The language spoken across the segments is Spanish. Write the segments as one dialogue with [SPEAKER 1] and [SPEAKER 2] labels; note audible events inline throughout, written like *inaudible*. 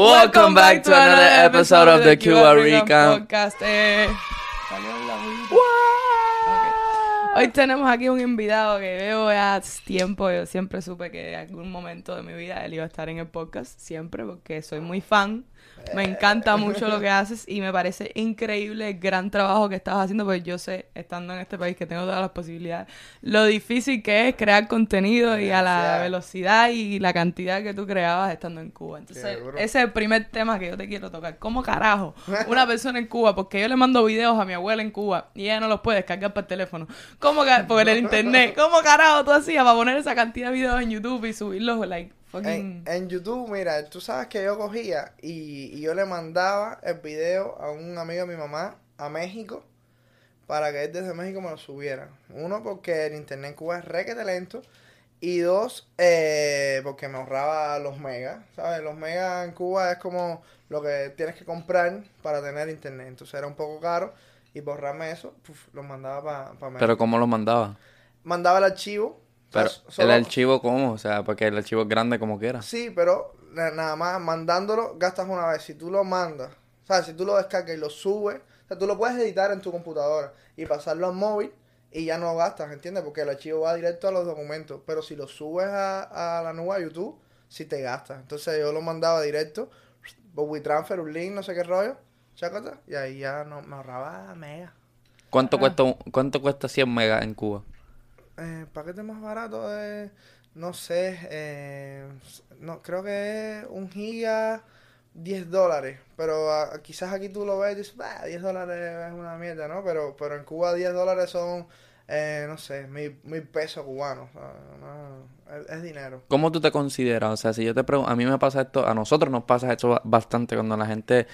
[SPEAKER 1] Welcome back to another episode of the Cuba Recap.
[SPEAKER 2] Podcast. Eh, salió la agüita. Ok. Hoy tenemos aquí un invitado que veo ya hace tiempo. Yo siempre supe que en algún momento de mi vida él iba a estar en el podcast. Siempre, porque soy muy fan. Me encanta mucho lo que haces y me parece increíble el gran trabajo que estás haciendo. Porque yo sé, estando en este país, que tengo todas las posibilidades, lo difícil que es crear contenido y a la
[SPEAKER 3] Gracias.
[SPEAKER 2] velocidad y la cantidad que tú creabas estando en Cuba. Entonces,
[SPEAKER 3] Seguro.
[SPEAKER 2] ese es el primer tema que yo te quiero tocar. ¿Cómo carajo una persona en Cuba? Porque yo le mando videos a mi abuela en Cuba y ella no los puede descargar para el teléfono. ¿Cómo ca- por el internet? ¿Cómo carajo tú hacías para poner esa cantidad de videos en YouTube y subirlos like fucking
[SPEAKER 3] En, en YouTube, mira, tú sabes que yo cogía y, y yo le mandaba el video a un amigo de mi mamá a México para que él desde México me lo subiera. Uno, porque el internet en Cuba es requete lento. Y dos, eh, porque me ahorraba los megas, ¿sabes? Los megas en Cuba es como lo que tienes que comprar para tener internet. Entonces era un poco caro y por ahorrarme eso, puf, los mandaba para México.
[SPEAKER 1] Pero ¿cómo lo mandaba?
[SPEAKER 3] mandaba el archivo. o sea,
[SPEAKER 1] Pero
[SPEAKER 3] solo-
[SPEAKER 1] el archivo cómo, o sea, porque el archivo es grande como quiera.
[SPEAKER 3] Sí, pero na- nada más mandándolo gastas una vez. Si tú lo mandas, o sea, si tú lo descargas y lo subes, o sea, tú lo puedes editar en tu computadora y pasarlo al móvil y ya no gastas, ¿entiendes? Porque el archivo va directo a los documentos. Pero si lo subes a, a la nube a YouTube, sí te gastas. Entonces yo lo mandaba directo, por WeTransfer, un link, no sé qué rollo, chacata, y ahí ya no, me ahorraba mega.
[SPEAKER 1] ¿Cuánto cuesta un- cuánto cuesta 100 megas en Cuba?
[SPEAKER 3] Eh, paquete más barato de, no sé, eh, no, creo que es un giga, 10 dólares. Pero ah, quizás aquí tú lo ves y dices, "Bah, 10 dólares es una mierda, ¿no? Pero, pero en Cuba 10 dólares son, eh, no sé, mil, mil pesos cubanos. o sea, no, es, es dinero. *laughs*
[SPEAKER 1] ¿Cómo tú te consideras? O sea, si yo te pregunto, a mí me pasa esto, a nosotros nos pasa esto ba- bastante cuando la gente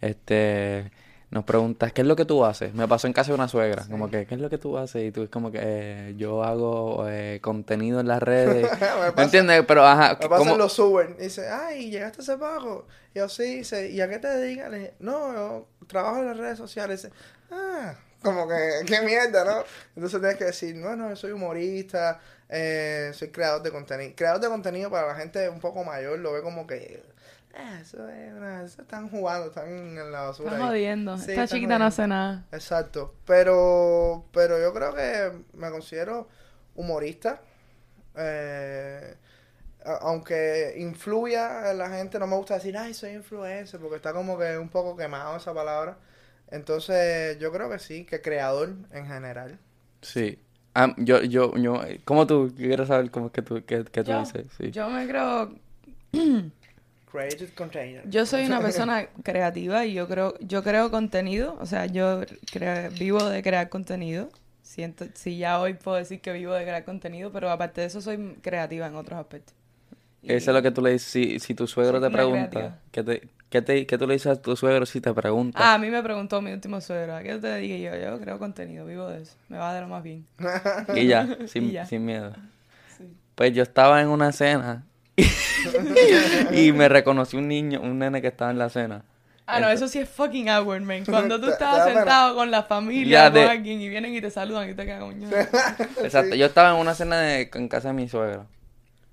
[SPEAKER 1] este, nos pregunta, ¿qué es lo que tú haces? Me pasó en casa de una suegra, como que, ¿qué es lo que tú haces? Y tú es como que, "Eh, yo hago eh, contenido en las redes. ¿Me
[SPEAKER 3] Me pasa-
[SPEAKER 1] entiendes? Pero, ajá,
[SPEAKER 3] Me
[SPEAKER 1] Ah, ¿cómo-
[SPEAKER 3] pasan los suben y dice, ay, llegaste ese pago. Y yo sí, dice, ¿y a qué te dedicas? Le dije, no, yo trabajo en las redes sociales. Dice, ah, como que, *laughs* qué mierda, ¿no? Entonces tienes que decir, no, no, yo soy humorista, eh, soy creador de contenido. Creador de contenido para la gente un poco mayor lo ve como que, ah, eso es, una- eso están jugando, están en la basura.
[SPEAKER 2] Estás
[SPEAKER 3] ahí".
[SPEAKER 2] jodiendo.
[SPEAKER 3] Sí,
[SPEAKER 2] Esta
[SPEAKER 3] está
[SPEAKER 2] chiquita no
[SPEAKER 3] jodiendo.
[SPEAKER 2] hace nada.
[SPEAKER 3] Exacto, pero, pero yo creo que me considero humorista, eh, a- aunque influya en la gente, no me gusta decir, ay, soy influencer, porque está como que un poco quemado esa palabra. Entonces, yo creo que sí, que creador en general.
[SPEAKER 1] Sí. Ah, yo, yo, yo, ¿cómo tú quieres saber cómo es que tú, qué, qué tú
[SPEAKER 2] Yo,
[SPEAKER 1] dices? Sí.
[SPEAKER 2] yo me creo
[SPEAKER 3] Creative container.
[SPEAKER 2] Yo soy una persona creativa y yo creo, yo creo contenido, o sea, yo cre- vivo de crear contenido. Siento, si ya hoy puedo decir que vivo de crear contenido, pero aparte de eso soy creativa en otros aspectos. Y-
[SPEAKER 1] Eso es lo que tú le dices, si, si tu suegro
[SPEAKER 2] Soy
[SPEAKER 1] te
[SPEAKER 2] una
[SPEAKER 1] pregunta, ¿qué, te, qué, te, qué tú le dices a tu suegro si te pregunta?
[SPEAKER 2] Ah, a mí me preguntó mi último suegro, ¿a qué te dije yo? Yo creo contenido, vivo de eso, me va de lo más bien.
[SPEAKER 1] Y ya,
[SPEAKER 2] *laughs*
[SPEAKER 1] sin,
[SPEAKER 2] Y ya.
[SPEAKER 1] sin miedo.
[SPEAKER 2] Sí.
[SPEAKER 1] Pues yo estaba en una
[SPEAKER 2] *laughs*
[SPEAKER 1] cena y me reconoció un niño, un nene que estaba en la cena.
[SPEAKER 2] Ah, no, eso sí es fucking awkward,
[SPEAKER 3] *laughs*
[SPEAKER 2] man. Cuando tú
[SPEAKER 3] Te- te
[SPEAKER 2] estás
[SPEAKER 3] da pena.
[SPEAKER 2] sentado con la familia,
[SPEAKER 1] Ya, de-
[SPEAKER 2] con alguien, y vienen y te saludan y te quedan
[SPEAKER 3] *laughs*
[SPEAKER 2] como... "Ño".
[SPEAKER 1] Exacto, yo estaba en una cena de- en casa de mi suegra.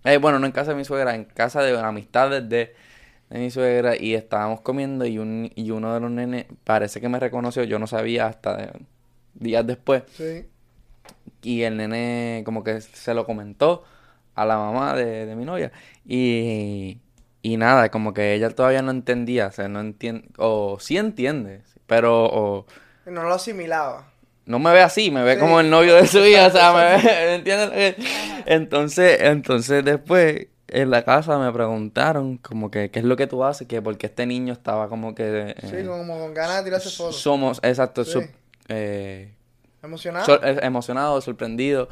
[SPEAKER 1] Eh, bueno, no en casa de mi suegra, en casa de amistades de, de mi suegra y estábamos comiendo y, un, y uno de los nenes parece que me reconoció, yo no sabía hasta de- días después.
[SPEAKER 3] Sí.
[SPEAKER 1] Y el nene como que se lo comentó a la mamá de, de mi novia. Y, y nada, como que ella todavía no entendía, o sea, no entiende, o sí entiende, pero o,
[SPEAKER 3] No lo asimilaba.
[SPEAKER 1] no me ve así, me ve
[SPEAKER 3] Sí.
[SPEAKER 1] como el novio de su hija, o sea,
[SPEAKER 3] *laughs*
[SPEAKER 1] me ve, ¿me entiendes? lo que- Entonces, entonces después en la casa me preguntaron como que, ¿qué es lo que tú haces? Que porque este niño estaba como que...
[SPEAKER 3] Sí,
[SPEAKER 1] eh,
[SPEAKER 3] como con ganas de tirarse fotos.
[SPEAKER 1] Somos, exacto,
[SPEAKER 3] Sí.
[SPEAKER 1] sub- eh,
[SPEAKER 3] ¿Emocionado?
[SPEAKER 1] sor- eh, emocionado, sorprendido.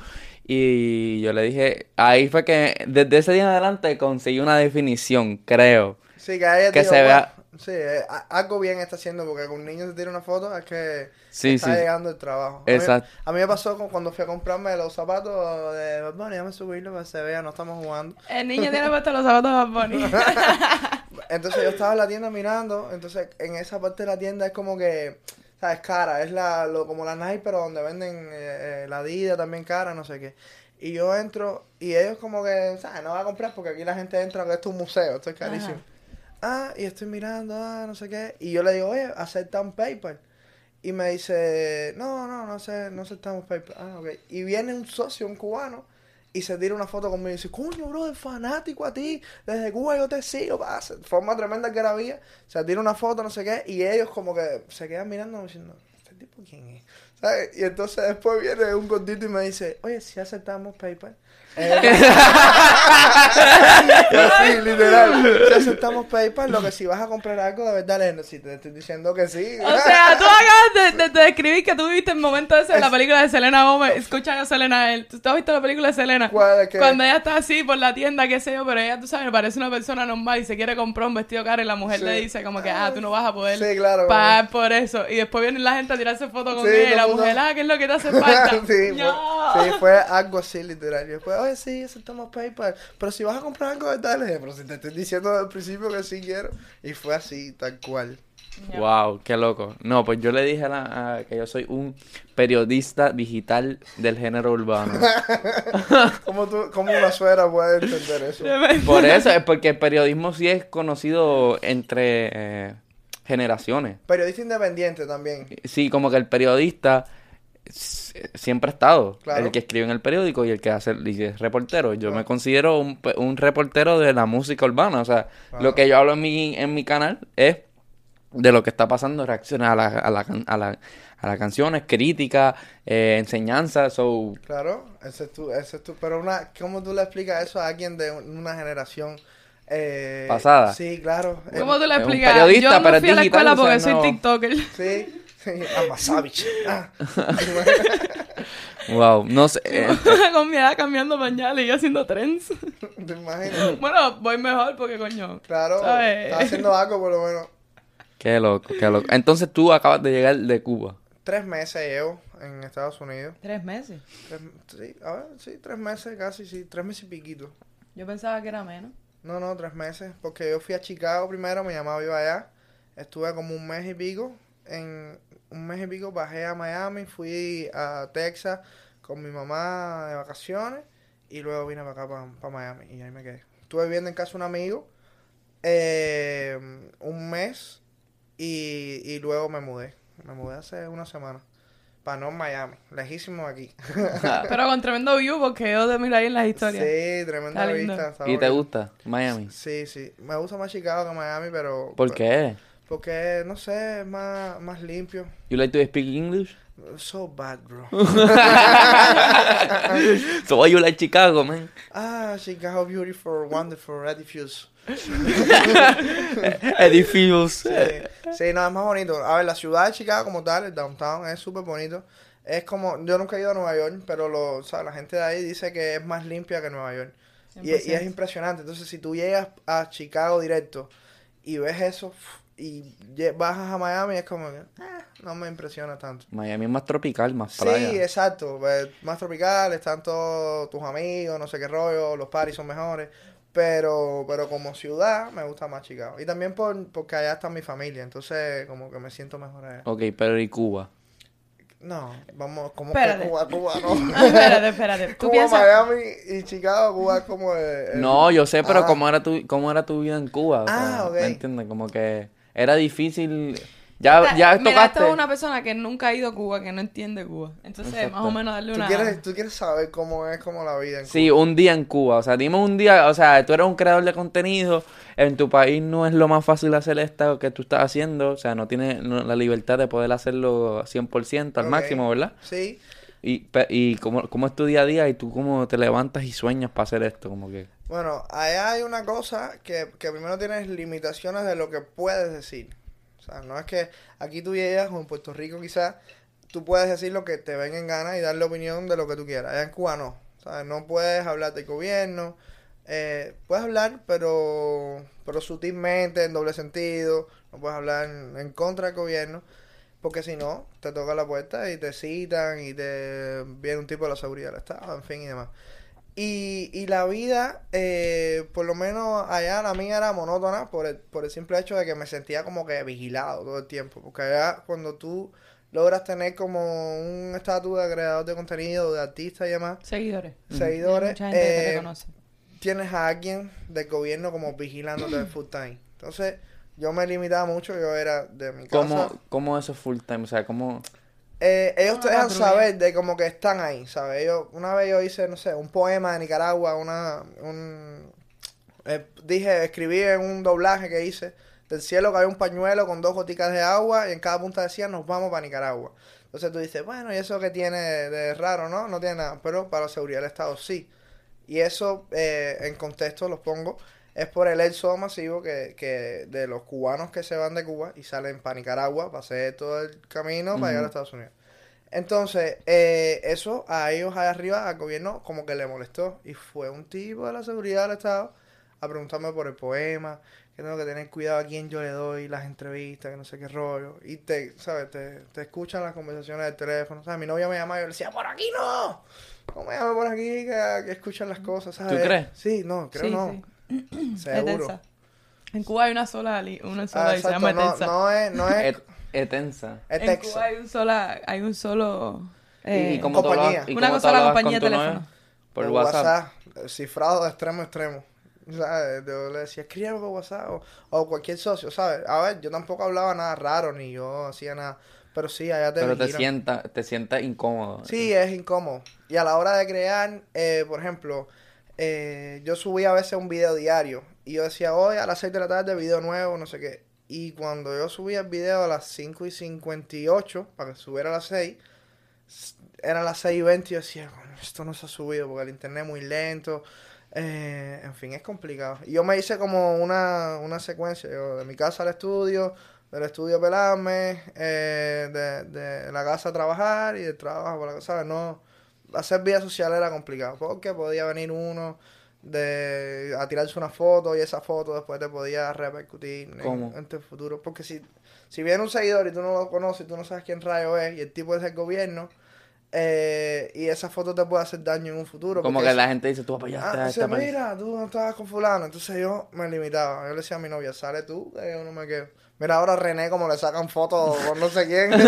[SPEAKER 1] Y yo le dije, ahí fue que desde ese día en adelante conseguí una definición, creo.
[SPEAKER 3] Sí, que haya
[SPEAKER 1] Que se vea-
[SPEAKER 3] Sí, eh, a- algo bien está haciendo porque con un niño se tira una foto es que
[SPEAKER 1] Sí,
[SPEAKER 3] está
[SPEAKER 1] sí.
[SPEAKER 3] llegando el trabajo. A mí-
[SPEAKER 1] Exacto.
[SPEAKER 3] A mí, me pasó con- cuando fui a comprarme los zapatos de Bad Bunny, déjame subirlo para que se vea, no estamos jugando.
[SPEAKER 2] El niño tiene puesto los zapatos más
[SPEAKER 3] *laughs*
[SPEAKER 2] bonitos.
[SPEAKER 3] Entonces yo estaba en la tienda mirando, entonces en esa parte de la tienda es como que, ¿sabes? Cara, es la, lo, como la Nike, pero donde venden eh, eh, la Adidas también cara, no sé qué. Y yo entro y ellos como que, ¿sabes? No va a comprar porque aquí la gente entra, que esto es un museo, esto es carísimo. ah, y estoy mirando, ah, no sé qué. Y yo le digo, oye, aceptan PayPal. Y me dice, no, no, no sé, no aceptamos PayPal. Ah, ok. Y viene un socio, un cubano, y se tira una foto conmigo y dice, coño, bro, es fanático a ti. Desde Cuba yo te sigo. pa". Se- Forma tremenda que la había. Se tira una foto, no sé qué. Y ellos como que se quedan mirando diciendo, ¿este tipo quién es? ¿Sabes? Y entonces después viene un gordito y me dice, oye, si aceptamos PayPal.
[SPEAKER 2] *laughs*
[SPEAKER 3] Eh, Así, literal. Si aceptamos PayPal, lo que si vas a comprar algo, de verdad, le- si te estoy diciendo que sí. *laughs*
[SPEAKER 2] O sea, tú acabas de, de- de describir que tú viviste el momento ese de la
[SPEAKER 3] Es-
[SPEAKER 2] película de Selena Gómez. Escuchan a Selena, él. ¿Tú tú has visto la película de Selena?
[SPEAKER 3] ¿Cuál es que-
[SPEAKER 2] Cuando ella está así por la tienda, qué sé yo, pero ella, tú sabes, parece una persona normal y se quiere comprar un vestido caro y la mujer
[SPEAKER 3] Sí.
[SPEAKER 2] le dice como que, ah, tú no vas a poder
[SPEAKER 3] Sí, claro.
[SPEAKER 2] pagar por eso. Y después viene la gente a tirarse fotos con
[SPEAKER 3] Sí,
[SPEAKER 2] ella y la
[SPEAKER 3] todo el mundo-
[SPEAKER 2] mujer, ah, ¿qué es lo que te
[SPEAKER 3] *laughs*
[SPEAKER 2] hace falta?
[SPEAKER 3] sí,
[SPEAKER 2] No.
[SPEAKER 3] fue, sí, fue algo así, literal. Y después, oye, sí, aceptamos PayPal. Pero si vas a comprar algo, de tal, Le dije, pero si te estoy diciendo desde el principio que sí quiero. Y fue así, tal cual.
[SPEAKER 2] Ya.
[SPEAKER 1] Wow, qué loco. No, pues yo le dije a la- a- que yo soy un periodista digital del género urbano.
[SPEAKER 3] ¿Cómo, tú, cómo una suegra puede entender eso?
[SPEAKER 2] Tremendo.
[SPEAKER 1] Por eso es porque el periodismo sí es conocido entre eh, generaciones.
[SPEAKER 3] Periodista independiente también.
[SPEAKER 1] Sí, como que el periodista s- siempre ha estado.
[SPEAKER 3] Claro.
[SPEAKER 1] El que escribe en el periódico y el que hace y es reportero. Yo me considero un, pe- un reportero de la música urbana. O sea, lo que yo hablo en mi, en mi canal es de lo que está pasando, reacciones a la, a la, can- a la- a las canciones, críticas, eh, enseñanzas. So,
[SPEAKER 3] Claro, ese es tu, ese es tu. Pero una, ¿cómo tú le explicas eso a alguien de un- una generación eh,
[SPEAKER 1] Pasada.
[SPEAKER 3] Sí, claro. Eh,
[SPEAKER 2] *laughs* ¿Cómo tú le
[SPEAKER 1] Es un
[SPEAKER 2] explicas?
[SPEAKER 1] periodista,
[SPEAKER 2] Yo
[SPEAKER 1] pero
[SPEAKER 2] no
[SPEAKER 1] es
[SPEAKER 2] fui a la
[SPEAKER 1] digital,
[SPEAKER 2] escuela
[SPEAKER 1] o sea,
[SPEAKER 2] porque
[SPEAKER 1] no-
[SPEAKER 2] soy TikToker. *laughs*
[SPEAKER 3] Sí, sí, Amasavich. Ah.
[SPEAKER 1] wow, no sé. eh, *laughs*
[SPEAKER 2] con mi edad cambiando pañales y yo haciendo trends. *laughs*
[SPEAKER 3] ¿Te imaginas?
[SPEAKER 2] Bueno, voy mejor porque coño.
[SPEAKER 3] Claro,
[SPEAKER 2] ¿Sabes?
[SPEAKER 3] está haciendo algo por lo menos.
[SPEAKER 1] qué loco, qué loco. Entonces tú acabas de llegar de Cuba.
[SPEAKER 3] Tres meses llevo en Estados Unidos.
[SPEAKER 2] Tres meses.
[SPEAKER 3] Tres- sí, a ver, sí, tres meses casi, sí, tres meses y piquito.
[SPEAKER 2] Yo pensaba que era menos.
[SPEAKER 3] No, no, tres meses, porque yo fui a Chicago primero, mi mamá vive allá. Estuve como un mes y pico. En un mes y pico bajé a Miami, fui a Texas con mi mamá de vacaciones y luego vine para acá, para, Miami, y ahí me quedé. Estuve viviendo en casa de un amigo eh, un mes y, y luego me mudé. Me mudé hace una semana. Para no en Miami, lejísimo de aquí.
[SPEAKER 2] Pero con tremendo view porque yo te miro ahí en las historias.
[SPEAKER 3] Sí, tremenda
[SPEAKER 2] Está lindo.
[SPEAKER 3] vista. está
[SPEAKER 1] ¿Y te
[SPEAKER 3] bonito.
[SPEAKER 1] gusta Miami?
[SPEAKER 3] Sí, sí. Me gusta más Chicago que Miami, pero... pues,
[SPEAKER 1] ¿Por qué?
[SPEAKER 3] Porque, no sé, es más, más limpio.
[SPEAKER 1] You like to speak English?
[SPEAKER 3] So bad, *laughs* bro.
[SPEAKER 1] *laughs* So why you like Chicago, man?
[SPEAKER 3] ah, Chicago, beautiful, wonderful, edifice.
[SPEAKER 1] Edificios.
[SPEAKER 3] Sí, sí, no, es más bonito. A ver, la ciudad de Chicago como tal, el downtown, es súper bonito. Es como, yo nunca he ido a Nueva York, pero lo, o sea, la gente de ahí dice que es más limpia que Nueva York. Y, es- y es
[SPEAKER 2] 100%.
[SPEAKER 3] impresionante. Entonces, si tú llegas a Chicago directo y ves eso pf, y lle- bajas a Miami, es como que "Ah, no me impresiona tanto.
[SPEAKER 1] Miami es más tropical, más
[SPEAKER 3] Sí,
[SPEAKER 1] playa.
[SPEAKER 3] exacto. pues, Más tropical, están todos tus amigos, no sé qué rollo, los paris son mejores. Pero, pero como ciudad me gusta más Chicago. Y también por, porque allá está mi familia, entonces como que me siento mejor allá.
[SPEAKER 1] Ok, pero ¿y Cuba?
[SPEAKER 3] No, vamos, como
[SPEAKER 2] Espérate.
[SPEAKER 3] que Cuba, Cuba,
[SPEAKER 2] *laughs*
[SPEAKER 3] no.
[SPEAKER 2] Ah, espérate,
[SPEAKER 3] *laughs*
[SPEAKER 2] espérate. ¿Tú
[SPEAKER 3] Cuba,
[SPEAKER 2] piensas?
[SPEAKER 3] Miami y Chicago, Cuba es como el- el-
[SPEAKER 1] No, yo sé, pero
[SPEAKER 3] Ah.
[SPEAKER 1] ¿cómo, era tu, ¿cómo era tu vida en Cuba? O sea,
[SPEAKER 3] Ah, ok.
[SPEAKER 1] ¿Me entiendes? Como que era difícil. Ya, ya
[SPEAKER 2] Mira,
[SPEAKER 1] tocaste.
[SPEAKER 2] esto es una persona que nunca ha ido a Cuba, que no entiende Cuba. Entonces,
[SPEAKER 1] Exacto.
[SPEAKER 2] más o menos darle
[SPEAKER 3] ¿Tú
[SPEAKER 2] una...
[SPEAKER 3] quieres, tú quieres saber cómo es como la vida en
[SPEAKER 1] Sí, un día en Cuba. O sea, dime un día. O sea, tú eres un creador de contenido. En tu país no es lo más fácil hacer esto que tú estás haciendo. O sea, no tienes no- la libertad de poder hacerlo 100% al
[SPEAKER 3] Ok.
[SPEAKER 1] máximo, ¿verdad?
[SPEAKER 3] Cuba. Sí.
[SPEAKER 1] Y, pe- y cómo, cómo es tu día a día y tú cómo te levantas y sueñas para hacer esto, como que...
[SPEAKER 3] Bueno, allá hay una cosa que, que primero tienes limitaciones de lo que puedes decir. O sea, no es que aquí tú llegas o en Puerto Rico quizás tú puedes decir lo que te venga en gana y dar la opinión de lo que tú quieras. Allá en Cuba no. O sea, no puedes hablar del gobierno. eh, puedes hablar, pero, pero sutilmente, en doble sentido. No puedes hablar en, en contra del gobierno. Porque si no, te toca la puerta y te citan y te viene un tipo de la seguridad del Estado, en fin y demás. Y, y la vida, eh, por lo menos allá la mía era monótona por el, por el simple hecho de que me sentía como que vigilado todo el tiempo. Porque allá cuando tú logras tener como un estatus de creador de contenido, de artista y demás,
[SPEAKER 2] Seguidores.
[SPEAKER 3] seguidores,
[SPEAKER 2] Mucha gente que te
[SPEAKER 3] eh,
[SPEAKER 2] reconoce.
[SPEAKER 3] tienes a alguien del gobierno como vigilándote full time. Entonces, yo me limitaba mucho, yo era de mi casa.
[SPEAKER 1] ¿Cómo, cómo eso es full time? O sea, ¿cómo...?
[SPEAKER 3] Eh, ellos
[SPEAKER 2] Una
[SPEAKER 3] te dejan
[SPEAKER 2] patrulla.
[SPEAKER 3] saber de como que están ahí, ¿sabes? Yo, una vez yo hice, no sé, un poema de Nicaragua, una, un, eh, dije, escribí en un doblaje que hice, del cielo cayó un pañuelo con dos goticas de agua y en cada punta decía, nos vamos para Nicaragua. Entonces tú dices, bueno, ¿y eso que tiene de, de raro, no? No tiene nada, pero para la seguridad del Estado sí. Y eso, eh, en contexto, los pongo, es por el éxodo masivo que, que de los cubanos que se van de Cuba y salen para Nicaragua, para hacer todo el camino para llegar
[SPEAKER 1] Ujú.
[SPEAKER 3] a Estados Unidos. Entonces, eh, eso a ellos allá arriba, al gobierno, como que le molestó. Y fue un tipo de la seguridad del Estado a preguntarme por el poema, que tengo que tener cuidado a quién yo le doy las entrevistas, que no sé qué rollo. Y te, ¿sabes? Te, te escuchan las conversaciones del teléfono. O sea, mi novia me llamaba y yo le decía, por aquí no. No me llame por aquí, que, que escuchan las cosas, ¿sabes?
[SPEAKER 1] crees?
[SPEAKER 3] Sí, no, creo
[SPEAKER 2] Sí,
[SPEAKER 3] no.
[SPEAKER 2] sí.
[SPEAKER 3] Seguro.
[SPEAKER 2] Etensa. En Cuba hay una sola, li- una sola
[SPEAKER 3] Ah,
[SPEAKER 2] y se
[SPEAKER 3] exacto,
[SPEAKER 2] llama
[SPEAKER 3] no,
[SPEAKER 2] Etensa.
[SPEAKER 3] no es,
[SPEAKER 1] *laughs*
[SPEAKER 3] no es,
[SPEAKER 1] Et- Etensa.
[SPEAKER 3] es
[SPEAKER 2] en
[SPEAKER 3] Texas.
[SPEAKER 2] Cuba hay un sola, hay un solo
[SPEAKER 1] ¿Y-
[SPEAKER 2] eh,
[SPEAKER 1] ¿Y cómo tú
[SPEAKER 3] compañía.
[SPEAKER 1] hablabas- y
[SPEAKER 2] Una
[SPEAKER 1] cómo tú
[SPEAKER 2] cosa, la
[SPEAKER 1] hablabas con
[SPEAKER 2] compañía
[SPEAKER 1] tu
[SPEAKER 2] de
[SPEAKER 1] novia?
[SPEAKER 2] teléfono.
[SPEAKER 1] Por WhatsApp.
[SPEAKER 3] eh, Cifrado de extremo a extremo. ¿Sabes? Yo le decía, escríbeme por WhatsApp o, o cualquier socio, ¿sabes? A ver, yo tampoco hablaba nada raro, ni yo hacía nada. Pero sí, allá te
[SPEAKER 1] Pero te
[SPEAKER 3] vigilan.
[SPEAKER 1] sienta, te sienta incómodo.
[SPEAKER 3] Sí, es incómodo. Y a la hora de crear, eh, por ejemplo, eh, yo subía a veces un video diario. Y yo decía, hoy a las 6 de la tarde, video nuevo, no sé qué. Y cuando yo subía el video a las 5 y 58, para que subiera a las 6, s- eran las 6 y 20 y yo decía, "Coño, esto no se ha subido porque el internet es muy lento. Eh, en fin, es complicado. Y yo me hice como una, una secuencia, yo de mi casa al estudio, del estudio a pelarme, eh, de, de la casa a trabajar y del trabajo para la casa, ¿sabes? No, hacer vida social era complicado porque podía venir uno de, a tirarse una foto y esa foto después te podía repercutir en,
[SPEAKER 1] ¿Cómo?
[SPEAKER 3] en tu futuro. Porque si, si viene un seguidor y tú no lo conoces, tú no sabes quién rayo es y el tipo es del gobierno, eh, y esa foto te puede hacer daño en un futuro.
[SPEAKER 1] Como
[SPEAKER 3] porque
[SPEAKER 1] que
[SPEAKER 3] es-
[SPEAKER 1] la gente dice, tú apoyaste
[SPEAKER 3] Ah,
[SPEAKER 1] a
[SPEAKER 3] dice,
[SPEAKER 1] esta persona.
[SPEAKER 3] mira, tú no estabas con fulano. Entonces yo me limitaba. Yo le decía a mi novia, sale tú, que yo no me quedo. Mira ahora a René como le sacan fotos con no sé quién. *laughs* Con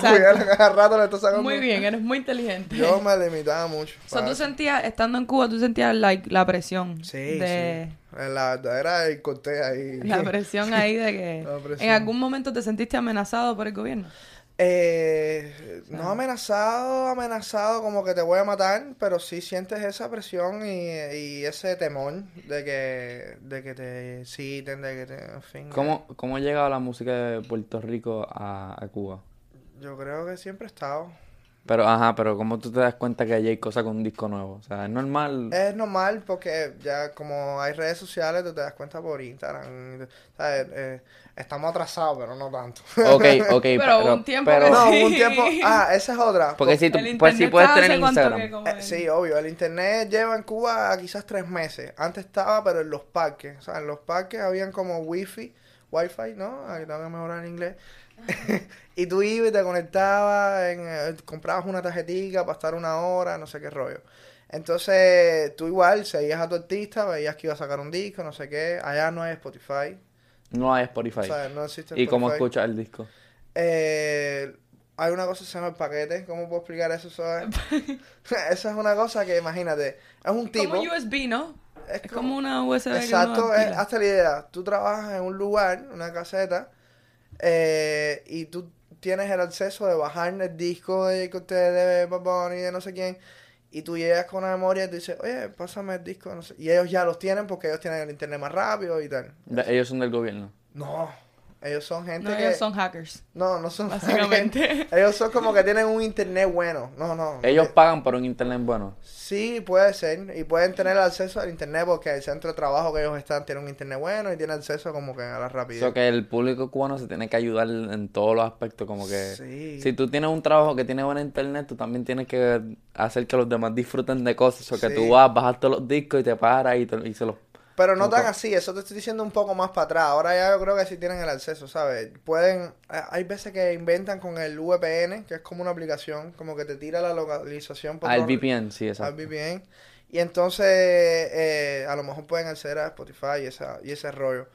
[SPEAKER 3] cuidado, cada rato le está sacando.
[SPEAKER 2] Muy bien, eres muy inteligente.
[SPEAKER 3] Yo me limitaba mucho.
[SPEAKER 2] O sea,
[SPEAKER 3] para
[SPEAKER 2] tú
[SPEAKER 3] eso.
[SPEAKER 2] sentías, estando en Cuba, tú sentías like, la presión
[SPEAKER 3] Sí,
[SPEAKER 2] de...
[SPEAKER 3] sí. La verdadera el corte ahí.
[SPEAKER 2] La presión ahí de que...
[SPEAKER 3] La presión.
[SPEAKER 2] ¿En algún momento te sentiste amenazado por el gobierno?
[SPEAKER 3] *laughs* Eh, no amenazado, amenazado como que te voy a matar, pero sí sientes esa presión y, y ese temor de que, de que te citen, de que te, en fin.
[SPEAKER 1] ¿Cómo, ¿Cómo ha llegado la música de Puerto Rico a, a Cuba?
[SPEAKER 3] Yo creo que siempre he estado.
[SPEAKER 1] Pero, ajá, pero ¿cómo tú te das cuenta que allí hay cosas con un disco nuevo? O sea, es normal.
[SPEAKER 3] *laughs* Es normal porque ya como hay redes sociales, tú te das cuenta por Instagram. ¿sabes? Eh, estamos atrasados, pero no tanto.
[SPEAKER 1] Ok, ok,
[SPEAKER 2] Pero
[SPEAKER 1] pero...
[SPEAKER 2] hubo un tiempo que
[SPEAKER 1] pero-
[SPEAKER 2] sí.
[SPEAKER 3] *laughs* No, hubo un tiempo... Ah, esa es otra.
[SPEAKER 1] Porque si tú,
[SPEAKER 2] El
[SPEAKER 1] pues, si
[SPEAKER 2] internet
[SPEAKER 1] puedes
[SPEAKER 2] cada
[SPEAKER 1] tener
[SPEAKER 2] sé cuánto
[SPEAKER 1] Instagram.
[SPEAKER 2] que como
[SPEAKER 3] Eh,
[SPEAKER 2] el-
[SPEAKER 3] sí, obvio, el internet lleva en Cuba quizás tres meses. Antes estaba, pero en los parques. O sea, en los parques habían como wifi, wifi, ¿no? Aquí tengo que mejorar el inglés. *laughs* y tú ibas y te conectabas, en, eh, comprabas una tarjetica para estar una hora, no sé qué rollo. Entonces, tú igual seguías a tu artista, veías que iba a sacar un disco, no sé qué. Allá no hay Spotify.
[SPEAKER 1] No hay
[SPEAKER 3] O
[SPEAKER 1] Spotify.
[SPEAKER 3] sea, no existe
[SPEAKER 1] ¿Y cómo
[SPEAKER 3] Spotify.
[SPEAKER 1] escuchas el disco?
[SPEAKER 3] Eh, hay una cosa que se llama el paquete. ¿Cómo puedo explicar eso? Zoe? *laughs* Esa es una cosa que imagínate. Es un tipo.
[SPEAKER 2] Como un USB, ¿no? Es
[SPEAKER 3] es como-
[SPEAKER 2] como una USB que
[SPEAKER 3] Exacto,
[SPEAKER 2] uno
[SPEAKER 3] es-
[SPEAKER 2] alquila.
[SPEAKER 3] hasta la idea. Tú trabajas en un lugar, una caseta, eh, y tú tienes el acceso de bajar el disco de que usted de Bad Bunny, de no sé quién, y tú llegas con una memoria y tú dices, oye, pásame el disco, no sé. Y ellos ya los tienen porque ellos tienen el internet más rápido y tal.
[SPEAKER 1] Da- Ellos son del gobierno.
[SPEAKER 3] No, ellos son gente
[SPEAKER 2] No,
[SPEAKER 3] que...
[SPEAKER 2] ellos son hackers,
[SPEAKER 3] No, no son
[SPEAKER 2] básicamente.
[SPEAKER 3] Ellos son como que tienen un internet bueno. No, no.
[SPEAKER 1] Ellos
[SPEAKER 3] Eh,
[SPEAKER 1] pagan por un internet bueno.
[SPEAKER 3] Sí, puede ser. Y pueden tener acceso al internet porque el centro de trabajo que ellos están tiene un internet bueno y tiene acceso como que a la
[SPEAKER 1] O
[SPEAKER 3] rapidez.
[SPEAKER 1] sea, que el público cubano se tiene que ayudar en todos los aspectos, como que...
[SPEAKER 3] Sí.
[SPEAKER 1] Si tú tienes un trabajo que tiene buena internet, tú también tienes que hacer que los demás disfruten de cosas. O sea, que
[SPEAKER 3] Sí.
[SPEAKER 1] tú vas, bajas todos los discos y te paras y, te- y se los...
[SPEAKER 3] Pero no
[SPEAKER 1] Como
[SPEAKER 3] tan
[SPEAKER 1] que-
[SPEAKER 3] así, eso te estoy diciendo un poco más para atrás. Ahora ya yo creo que sí tienen el acceso, ¿sabes? Pueden, a- hay veces que inventan con el VPN, que es como una aplicación, como que te tira la localización por
[SPEAKER 1] Al
[SPEAKER 3] otro-
[SPEAKER 1] VPN, sí,
[SPEAKER 3] al
[SPEAKER 1] exacto.
[SPEAKER 3] VPN. Y entonces eh, a lo mejor pueden acceder a Spotify y, esa, y ese rollo.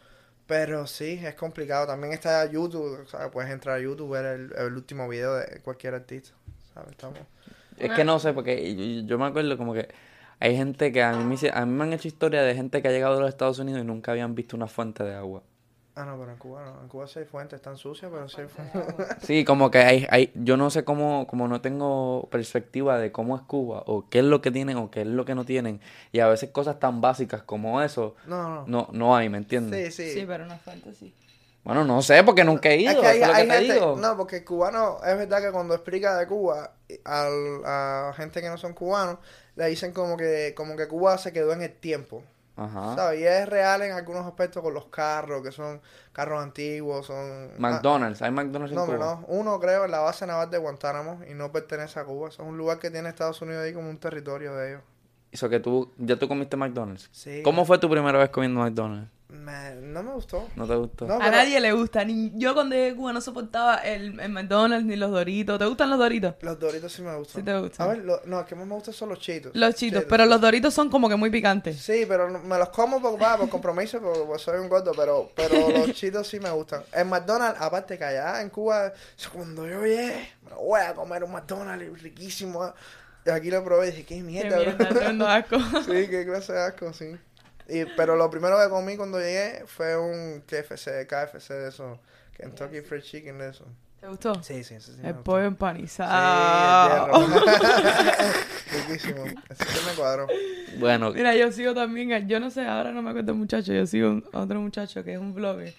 [SPEAKER 3] Pero sí, es complicado. También está YouTube, o sea, puedes entrar a YouTube, ver el, el último video de cualquier artista. ¿sabes? Estamos...
[SPEAKER 1] Es que no sé, porque yo, yo me acuerdo como que Hay gente que a mí, me, hice- a mí me han hecho historia de gente que ha llegado de los Estados Unidos y nunca habían visto una fuente de agua.
[SPEAKER 3] Ah, no, pero en Cuba no. En Cuba sí hay fuentes, están sucias, pero sí hay fuentes.
[SPEAKER 1] Sí, como que hay, hay, yo no sé cómo, como no tengo perspectiva de cómo es Cuba, o qué es lo que tienen, o qué es lo que no tienen, y a veces cosas tan básicas como eso,
[SPEAKER 3] *laughs* No, no.
[SPEAKER 1] no, no hay, ¿me entiendes?
[SPEAKER 3] Sí, sí.
[SPEAKER 2] Sí, pero una fuente sí.
[SPEAKER 1] Bueno, no sé, porque nunca he ido,
[SPEAKER 3] Es que hay,
[SPEAKER 1] eso es lo que
[SPEAKER 3] hay
[SPEAKER 1] te
[SPEAKER 3] gente,
[SPEAKER 1] digo.
[SPEAKER 3] no, porque el cubano, es verdad que cuando explica de Cuba al- a gente que no son cubanos, le dicen como que, como que Cuba se quedó en el tiempo.
[SPEAKER 1] Ajá.
[SPEAKER 3] ¿sabes? Y es real en algunos aspectos con los carros, que son carros antiguos, son... ah,
[SPEAKER 1] McDonald's, hay McDonald's en
[SPEAKER 3] no, hombre,
[SPEAKER 1] Cuba.
[SPEAKER 3] no. Uno creo en la base naval de Guantánamo y no pertenece a Cuba. Eso es un lugar que tiene Estados Unidos ahí como un territorio de ellos.
[SPEAKER 1] Eso que tú, ya tú comiste McDonald's.
[SPEAKER 3] Sí.
[SPEAKER 1] ¿Cómo fue tu primera vez comiendo McDonald's?
[SPEAKER 3] Me- no me gustó.
[SPEAKER 1] ¿No te gustó?
[SPEAKER 3] No,
[SPEAKER 2] A
[SPEAKER 3] pero-
[SPEAKER 2] nadie le gusta. Ni, yo cuando llegué a Cuba no soportaba el, el McDonald's ni los Doritos. ¿Te gustan los Doritos?
[SPEAKER 3] Los Doritos sí me gustan.
[SPEAKER 2] Sí te gustan.
[SPEAKER 3] A ver, lo- no, el que más me gustan son los Cheetos.
[SPEAKER 2] Los chitos. Pero los Doritos son como que muy picantes.
[SPEAKER 3] Sí, pero no- me los como por, va, por compromiso, porque pues, soy un gordo, pero, *laughs* pero los Cheetos sí me gustan. En McDonald's, aparte que allá en Cuba, cuando yo llegué, me voy a comer un McDonald's riquísimo. ah. Y aquí lo probé y dije, qué
[SPEAKER 2] Qué
[SPEAKER 3] mierda,
[SPEAKER 2] mierda,
[SPEAKER 3] bro.
[SPEAKER 2] tremendo
[SPEAKER 3] *laughs*
[SPEAKER 2] asco.
[SPEAKER 3] Sí, qué clase de asco, sí. Y, pero lo primero que comí cuando llegué fue un KFC, KFC de eso, Kentucky Fried Chicken de eso.
[SPEAKER 2] ¿Te gustó?
[SPEAKER 3] Sí, sí, sí. sí me
[SPEAKER 2] El
[SPEAKER 3] gustó.
[SPEAKER 2] pollo
[SPEAKER 3] Sí,
[SPEAKER 2] empanizado.
[SPEAKER 3] el hierro. *laughs* Riquísimo. Así que me cuadró.
[SPEAKER 1] Bueno,
[SPEAKER 2] *laughs* Mira, yo sigo también, a- yo no sé, ahora no me acuerdo el muchacho, yo sigo un- a otro muchacho que es un blogger.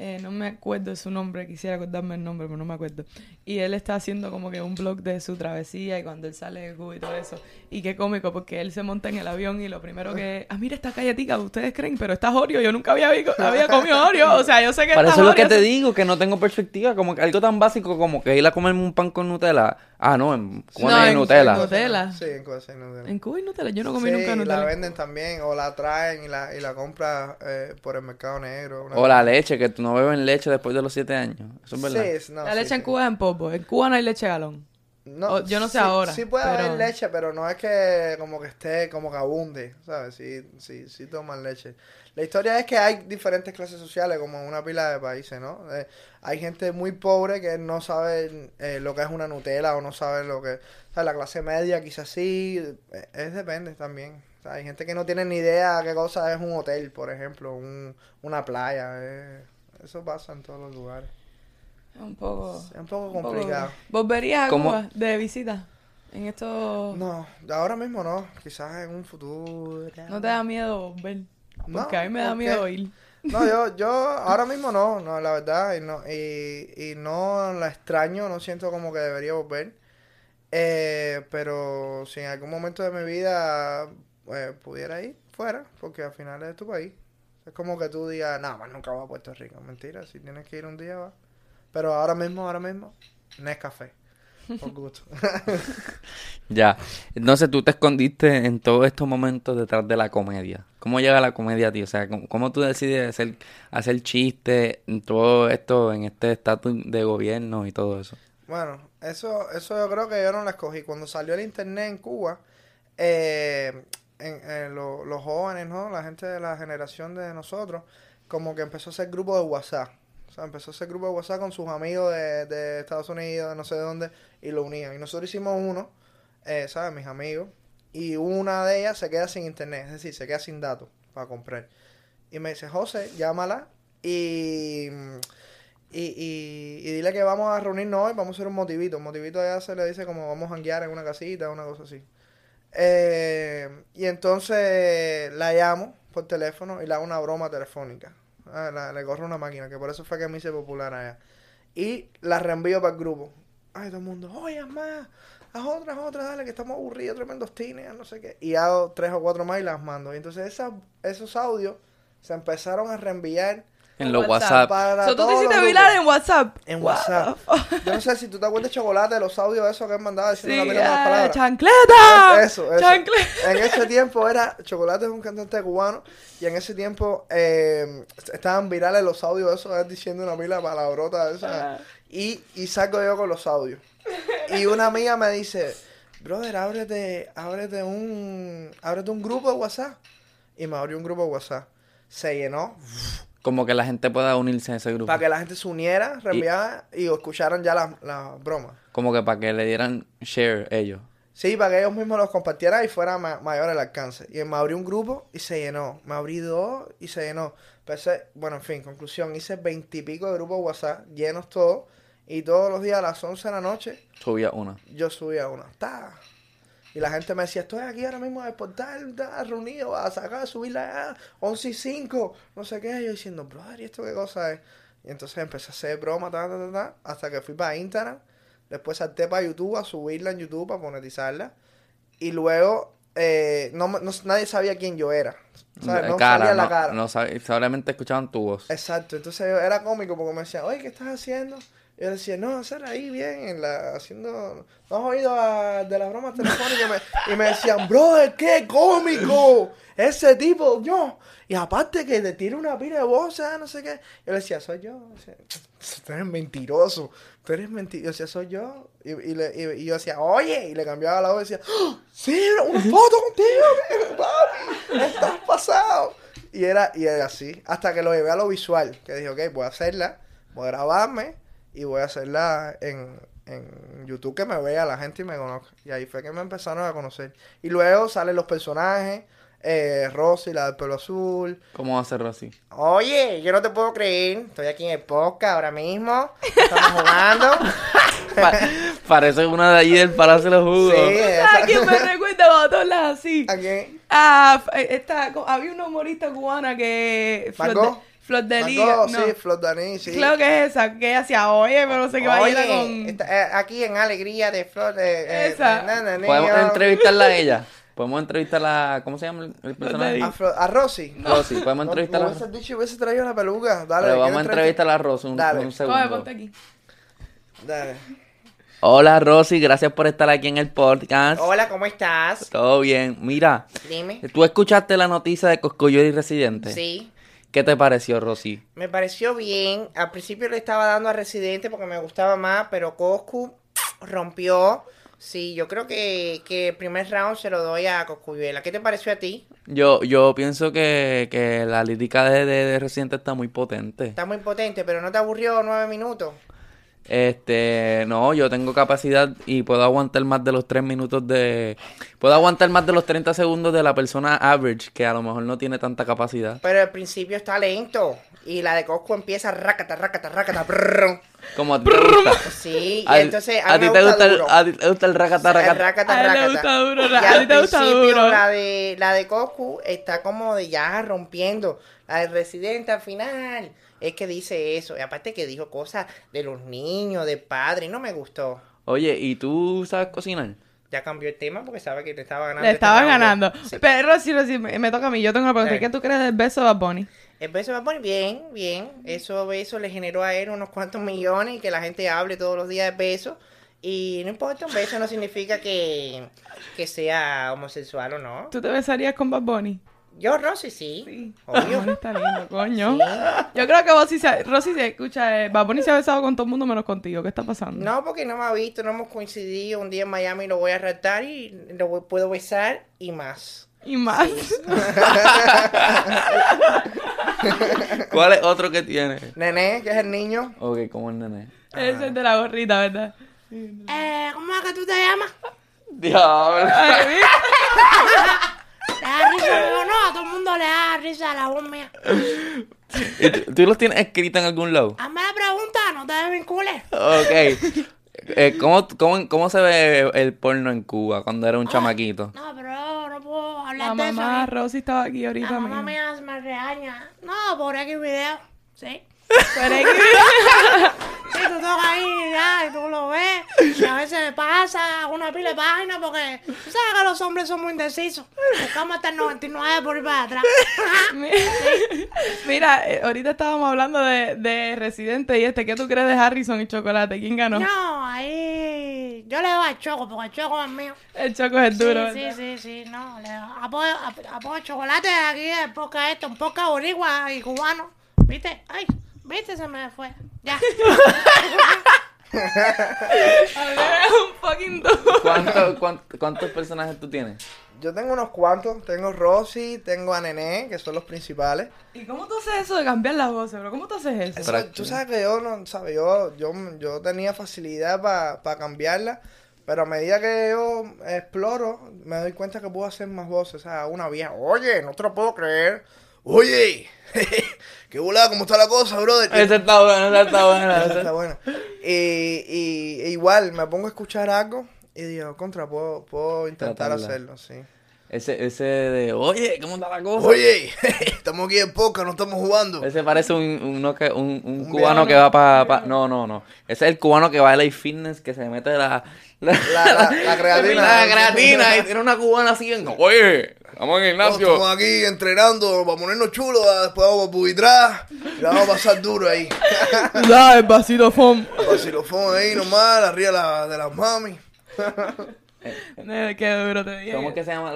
[SPEAKER 2] Eh, no me acuerdo su nombre, quisiera acordarme el nombre, pero no me acuerdo. Y él está haciendo como que un blog de su travesía y cuando él sale de Cuba y todo eso. Y qué cómico, porque él se monta en el avión y lo primero que... Ah, mira esta calletica, ustedes creen, pero estas Oreo, yo nunca había, vi- había comido Oreo. O sea, yo sé que
[SPEAKER 1] para
[SPEAKER 2] estas
[SPEAKER 1] eso es lo que
[SPEAKER 2] Oreo
[SPEAKER 1] te
[SPEAKER 2] son-
[SPEAKER 1] digo, que no tengo perspectiva, como que algo tan básico como que ir a comerme un pan con Nutella. Ah, no, en Cuba no,
[SPEAKER 2] No,
[SPEAKER 1] hay
[SPEAKER 2] en-
[SPEAKER 1] Nutella.
[SPEAKER 2] en Nutella.
[SPEAKER 3] Sí, en Cuba sí hay Nutella.
[SPEAKER 2] En Cuba hay Nutella, yo no comí
[SPEAKER 3] Sí,
[SPEAKER 2] nunca
[SPEAKER 3] y
[SPEAKER 2] Nutella.
[SPEAKER 3] la venden también, o la traen y la, y la compras eh, por el mercado negro. una-
[SPEAKER 1] O la leche, que tú no beben leche después de los siete años. Eso es verdad.
[SPEAKER 3] Sí, es- no,
[SPEAKER 2] La
[SPEAKER 3] sí,
[SPEAKER 2] leche en
[SPEAKER 3] sí.
[SPEAKER 2] Cuba es en polvo, en Cuba no hay leche galón. o- yo no sé
[SPEAKER 3] sí-
[SPEAKER 2] ahora,
[SPEAKER 3] Sí puede haber
[SPEAKER 2] pero-
[SPEAKER 3] leche, pero no es que como que esté, como que abunde, ¿sabes? Sí, sí, sí toman leche. La historia es que hay diferentes clases sociales, como en una pila de países, ¿no? Eh, hay gente muy pobre que no sabe eh, lo que es una Nutella o no sabe lo que... O sea, la clase media quizás sí, eh, es depende también. O sea, hay gente que no tiene ni idea qué cosa es un hotel, por ejemplo, un, una playa. eh. Eso pasa en todos los lugares.
[SPEAKER 2] Es un poco...
[SPEAKER 3] Es un poco
[SPEAKER 2] Un poco-
[SPEAKER 3] complicado.
[SPEAKER 2] ¿Volverías a
[SPEAKER 1] ¿Cómo?
[SPEAKER 2] Cuba de visita? En esto... No.
[SPEAKER 3] No, ahora mismo no, quizás en un futuro.
[SPEAKER 2] te da miedo volver?
[SPEAKER 3] No,
[SPEAKER 2] Porque a mí me da
[SPEAKER 3] ¿por qué?
[SPEAKER 2] miedo ir.
[SPEAKER 3] No, yo, yo ahora mismo no, no, la verdad, y no, y, y no la extraño, no siento como que debería volver. Eh, pero si en algún momento de mi vida eh, pudiera ir fuera, porque al final es tu país. Es como que tú digas, nada más nunca voy a Puerto Rico. Mentira, si tienes que ir un día, va. Pero ahora mismo, ahora mismo, Nescafé. Por gusto.
[SPEAKER 1] Ya. Entonces tú te escondiste en todos estos momentos detrás de la comedia. ¿Cómo llega la comedia a ti? O sea, ¿cómo, cómo tú decides hacer, hacer chistes en todo esto, en este estatus de gobierno y todo eso?
[SPEAKER 3] Bueno, eso, eso yo creo que yo no la escogí. Cuando salió el internet en Cuba, eh, en- en lo- los jóvenes, ¿no? La gente de la generación de nosotros, como que empezó a hacer grupo de WhatsApp. O sea, empezó a hacer grupo de WhatsApp con sus amigos de, de Estados Unidos, de no sé de dónde, y lo unían. Y nosotros hicimos uno, eh, ¿sabes? Mis amigos. Y una de ellas se queda sin internet, es decir, se queda sin datos para comprar. Y me dice, José, llámala y, y, y, y dile que vamos a reunirnos hoy, vamos a hacer un motivito. Un motivito allá se le dice como vamos a janguear en una casita, una cosa así. Eh, y entonces la llamo por teléfono y le hago una broma telefónica. Ah, la- le corro una máquina, que por eso fue que me hice popular allá. Y la reenvío para el grupo. Ay, todo el mundo, oye, haz más, haz otras, haz otras, dale, que estamos aburridos, tremendos tines, haz no sé qué. Y hago tres o cuatro más y las mando. Y entonces esas- esos audios se empezaron a reenviar
[SPEAKER 1] En
[SPEAKER 2] En
[SPEAKER 1] los
[SPEAKER 2] WhatsApp.
[SPEAKER 1] WhatsApp.
[SPEAKER 3] para
[SPEAKER 2] So, tú te
[SPEAKER 3] todos
[SPEAKER 2] hiciste
[SPEAKER 3] los
[SPEAKER 2] viral
[SPEAKER 3] grupos.
[SPEAKER 2] en WhatsApp.
[SPEAKER 3] En
[SPEAKER 2] What
[SPEAKER 3] WhatsApp.
[SPEAKER 2] the fuck?
[SPEAKER 3] Yo no sé si tú te acuerdas, chocolate, de los audios esos que él mandaba
[SPEAKER 2] Sí,
[SPEAKER 3] diciendo la
[SPEAKER 2] eh,
[SPEAKER 3] mierda de las palabras.
[SPEAKER 2] chancleta.
[SPEAKER 3] Eso, eso. *laughs*
[SPEAKER 2] Chancleta.
[SPEAKER 3] En ese tiempo era Chocolate es un cantante cubano y en ese tiempo eh, estaban virales los audios esos de él diciendo una pila de palabrotas
[SPEAKER 2] Ah.
[SPEAKER 3] esas. y, y salgo yo con los audios. Y una amiga me dice, brother, ábrete, ábrete un, ábrete un grupo de WhatsApp. Y me abrió un grupo de WhatsApp. Se llenó
[SPEAKER 1] Como que la gente pueda unirse en ese grupo.
[SPEAKER 3] para que la gente se uniera, reenviara y, escucharan ya las las bromas.
[SPEAKER 1] Como que para que le dieran share ellos.
[SPEAKER 3] Sí, para que ellos mismos los compartieran y fuera ma- mayor el alcance. Y me abrí un grupo y se llenó. Me abrí dos y se llenó. Empecé, bueno, en fin, conclusión. Hice veintipico de grupos WhatsApp, llenos todos. Y todos los días a las 11 de la noche
[SPEAKER 1] Subía una.
[SPEAKER 3] yo subía una. Ta. Y la gente me decía, estoy aquí ahora mismo a exportar, ta, reunido, a sacar, a subirla, ah, 11 y 5, no sé qué. Yo diciendo, brother, ¿y esto qué cosa es? Y entonces empecé a hacer broma, ta, ta, ta, ta, hasta que fui para Instagram. Después salté para YouTube a subirla en YouTube, para monetizarla. Y luego, eh, no, me- no- nadie sabía quién yo era. ¿sabes?
[SPEAKER 1] Eh,
[SPEAKER 3] No
[SPEAKER 1] cara,
[SPEAKER 3] salía la
[SPEAKER 1] no-
[SPEAKER 3] cara.
[SPEAKER 1] no sab- solamente escuchaban tu voz.
[SPEAKER 3] Exacto, entonces yo- era cómico porque me decían, oye, ¿qué estás haciendo? Y yo decía, no, hacer ahí bien, en la, haciendo. No has oído a- de las bromas telefónicas. Y me, y me decían, brother, qué cómico. Ese tipo, yo. Y aparte que te tira una pila de voz, no sé qué. Yo le decía, soy yo. O sea, tú eres mentiroso. Tú eres mentiroso. Yo decía, soy yo. Y, y le- y- y yo decía, oye. Y le cambiaba la voz y decía, ¡Ah! sí, una foto contigo, papi. Estás pasado. Y era, y era así. Hasta que lo llevé a lo visual. Que dije, ok, voy a hacerla. Voy a grabarme. Y voy a hacerla en, en YouTube que me vea la gente y me conozca. Y ahí fue que me empezaron a conocer. Y luego salen los personajes. Eh, Rosy, la del pelo azul.
[SPEAKER 1] ¿Cómo va a ser
[SPEAKER 3] *laughs*
[SPEAKER 1] así?
[SPEAKER 3] Oye, yo no te puedo creer. Estoy aquí en el podcast ahora mismo. Estamos
[SPEAKER 1] *laughs*
[SPEAKER 3] jugando.
[SPEAKER 1] Pa- parece una de allí del Palacio de los Jugos.
[SPEAKER 3] sí,
[SPEAKER 2] *laughs* ¿Sabes a quién me
[SPEAKER 3] esa-
[SPEAKER 2] recuerda cuando tú hablas así?
[SPEAKER 3] *laughs* ¿A quién?
[SPEAKER 2] Ah, f- eh, esta, co- había una humorista cubana que... Flor
[SPEAKER 3] Mango.
[SPEAKER 2] de, Flor de
[SPEAKER 3] Mango,
[SPEAKER 2] Liga, no.
[SPEAKER 3] sí, Flor Daní, sí.
[SPEAKER 2] Creo que es esa, que ella hacía, oye, pero no sé qué va
[SPEAKER 3] Oye,
[SPEAKER 2] era con...
[SPEAKER 3] está- eh, aquí en Alegría de Flor de... eh,
[SPEAKER 2] Esa.
[SPEAKER 3] na, na, na,
[SPEAKER 1] Podemos
[SPEAKER 3] na.
[SPEAKER 1] entrevistarla
[SPEAKER 3] *laughs*
[SPEAKER 1] a ella. Podemos entrevistarla a... ¿Cómo se llama el- el personaje?
[SPEAKER 3] A, Flo- a Rosy.
[SPEAKER 1] Rosy. Podemos
[SPEAKER 3] No,
[SPEAKER 1] entrevistarla a
[SPEAKER 3] me hubiese dicho, hubiese traído la peluca.
[SPEAKER 1] Pero
[SPEAKER 3] Dale, ¿quién
[SPEAKER 1] vamos a
[SPEAKER 3] entrevista?
[SPEAKER 1] entrevistarla a Rosy un,
[SPEAKER 3] Dale.
[SPEAKER 1] un segundo.
[SPEAKER 2] Coge, ponte aquí.
[SPEAKER 3] Dale.
[SPEAKER 1] Hola Rosy, gracias por estar aquí en el podcast.
[SPEAKER 3] Hola, ¿cómo estás?
[SPEAKER 1] Todo bien. Mira,
[SPEAKER 3] Dime.
[SPEAKER 1] tú escuchaste la noticia de Coscoyo y Residente.
[SPEAKER 3] Sí.
[SPEAKER 1] ¿Qué te pareció, Rosy?
[SPEAKER 3] Me pareció bien. Al principio le estaba dando a Residente porque me gustaba más, pero Coscu rompió. Sí, yo creo que, que el primer round se lo doy a Coscuyuela. ¿Qué te pareció a ti?
[SPEAKER 1] Yo, yo pienso que, que la lírica de, de- de Residente está muy potente.
[SPEAKER 3] Está muy potente, pero ¿no te aburrió nueve minutos?
[SPEAKER 1] Este, no, yo tengo capacidad y puedo aguantar más de los tres minutos de... Puedo aguantar más de los 30 segundos de la persona average que a lo mejor no tiene tanta capacidad.
[SPEAKER 3] Pero al principio está lento. Y la de Coscu empieza racata, racata, racata. brrrr.
[SPEAKER 1] Como a ti te gusta.
[SPEAKER 3] Sí, y
[SPEAKER 1] Al-
[SPEAKER 3] entonces a,
[SPEAKER 1] a ti
[SPEAKER 3] mí me
[SPEAKER 1] te
[SPEAKER 3] gusta
[SPEAKER 1] gusta el,
[SPEAKER 3] duro.
[SPEAKER 1] a ti te gusta el racata,
[SPEAKER 3] El
[SPEAKER 1] racata.
[SPEAKER 3] racata,
[SPEAKER 2] A él le
[SPEAKER 3] racata.
[SPEAKER 2] gusta duro,
[SPEAKER 3] Y
[SPEAKER 2] a él
[SPEAKER 3] al
[SPEAKER 2] le gusta
[SPEAKER 3] principio
[SPEAKER 2] duro.
[SPEAKER 3] La de, la de Coscu está como de ya rompiendo. La de Residente al final es que dice eso. Y aparte que dijo cosas de los niños, de padre. No me gustó.
[SPEAKER 1] Oye, ¿y tú sabes cocinar?
[SPEAKER 3] Ya cambió el tema porque sabe que te estaba ganando.
[SPEAKER 2] Le
[SPEAKER 3] este
[SPEAKER 2] estaba
[SPEAKER 3] round.
[SPEAKER 2] ganando.
[SPEAKER 3] Sí. Eh.
[SPEAKER 2] Pero Rosy, Rosy, me, me toca a mí. Yo tengo una pregunta.
[SPEAKER 3] Dale.
[SPEAKER 2] ¿Qué tú crees del beso de Bad Bunny?
[SPEAKER 3] El beso va a poner bien, bien. Eso, eso le generó a él unos cuantos millones y que la gente hable todos los días de besos. Y no importa, un beso no significa que, que sea homosexual o no.
[SPEAKER 2] ¿Tú te besarías con Bad Bunny?
[SPEAKER 3] Yo, Rosy, sí.
[SPEAKER 2] Bad Bunny
[SPEAKER 3] Obvio.
[SPEAKER 2] está
[SPEAKER 3] *laughs*
[SPEAKER 2] lindo, coño.
[SPEAKER 3] Sí.
[SPEAKER 2] Yo creo que Rosy se, Rosy se escucha. eh, Bad Bunny se ha besado con todo el mundo menos contigo. ¿Qué está pasando?
[SPEAKER 3] No, porque no me ha visto, no hemos coincidido. Un día en Miami lo voy a retar y lo voy- puedo besar y más.
[SPEAKER 2] Y más.
[SPEAKER 1] ¿Cuál es otro que tiene?
[SPEAKER 3] Nené, que es el niño.
[SPEAKER 1] Ok, como el nene.
[SPEAKER 2] *laughs* Ese es de la gorrita,
[SPEAKER 3] *laughs*
[SPEAKER 2] ¿verdad?
[SPEAKER 3] Eh, ¿cómo es que tú te llamas?
[SPEAKER 1] Diablo.
[SPEAKER 3] *laughs*
[SPEAKER 2] Ay, ¿viste?
[SPEAKER 4] La risa, no, no, a todo el mundo le da risa a la voz mía.
[SPEAKER 1] ¿Y tú, tú los tienes escritos en algún lado?
[SPEAKER 4] Hazme la pregunta, no te desvincules.
[SPEAKER 1] Ok. Eh, ¿cómo, cómo, cómo se ve el porno en Cuba cuando era un chamaquito?
[SPEAKER 4] No, pero no puedo
[SPEAKER 2] La
[SPEAKER 4] hablar de eso.
[SPEAKER 2] mamá
[SPEAKER 4] ¿eh?
[SPEAKER 2] Rosy estaba aquí
[SPEAKER 4] La
[SPEAKER 2] ahorita.
[SPEAKER 4] mamá
[SPEAKER 2] mija. *laughs*
[SPEAKER 4] mía me regaña. No, por X video. Sí.
[SPEAKER 2] Pero
[SPEAKER 4] *laughs*
[SPEAKER 2] es que-
[SPEAKER 4] Sí, tú tocas ahí ya, y tú lo ves. Y a veces me pasa una pila de páginas porque tú sabes que los hombres son muy indecisos. Buscamos hasta el 99 por ir para atrás.
[SPEAKER 2] Mi- Mira, eh, ahorita estábamos hablando de, de Residente y este. ¿Qué tú crees de Harrison y Chocolate? ¿Quién ganó?
[SPEAKER 4] No, ahí yo le doy al choco porque el choco es mío.
[SPEAKER 2] El Choco es el duro.
[SPEAKER 4] Sí,
[SPEAKER 2] ¿verdad?
[SPEAKER 4] sí, sí, sí, no. le apoyo, ap- apoyo chocolate aquí de poca esto, un poca boricua y cubano. ¿Viste? Ay, ¿viste? Se me fue.
[SPEAKER 2] *laughs*
[SPEAKER 4] Ya.
[SPEAKER 2] Hablé un fucking duro.
[SPEAKER 1] ¿Cuánto- cuánto- cuántos personajes tú tienes?
[SPEAKER 3] Yo tengo unos cuantos. Tengo Rosy, tengo a Nené, que son los principales.
[SPEAKER 2] ¿Y cómo tú haces eso de cambiar las voces, bro? ¿Cómo tú haces
[SPEAKER 3] *laughs*
[SPEAKER 2] eso?
[SPEAKER 3] Eso,
[SPEAKER 1] Práctico.
[SPEAKER 3] tú sabes que yo no, sabes, yo, yo, yo tenía facilidad para cambiarla, Pero a medida que yo exploro, me doy cuenta que puedo hacer más voces. O sea, una vieja, oye, no te lo puedo creer. Oye, *laughs* qué volada, cómo está la cosa, brother.
[SPEAKER 1] Esa está buena, esa está
[SPEAKER 2] *laughs*
[SPEAKER 1] buena.
[SPEAKER 3] Esa
[SPEAKER 1] esa-
[SPEAKER 3] está buena. Y, y- e igual me pongo a escuchar algo y digo, contra, puedo, puedo intentar
[SPEAKER 1] Tratarla.
[SPEAKER 3] hacerlo, sí.
[SPEAKER 1] Ese, ese de, oye, ¿cómo está la cosa?
[SPEAKER 3] Oye, *laughs* estamos aquí en poca, no estamos jugando.
[SPEAKER 1] Ese parece un, un, no que- un- un
[SPEAKER 3] Un
[SPEAKER 1] cubano
[SPEAKER 3] vegano.
[SPEAKER 1] que va para... no, no, no. Ese es el cubano que va a LA Fitness, que se mete la... *laughs* La,
[SPEAKER 3] La, la,
[SPEAKER 2] *laughs*
[SPEAKER 3] la creatina.
[SPEAKER 1] la creatina y tiene una cubana así en... Oye, vamos en el
[SPEAKER 3] No,
[SPEAKER 1] gimnasio.
[SPEAKER 3] estamos aquí entrenando para ponernos chulos, ah, después vamos a pubitrar y la vamos a pasar duro ahí.
[SPEAKER 2] Da el vasito foam.
[SPEAKER 3] Vacilofón ahí nomás, arriba de la- de las mami.
[SPEAKER 2] Eh, Qué duro te dije.
[SPEAKER 1] ¿Cómo es que se llama?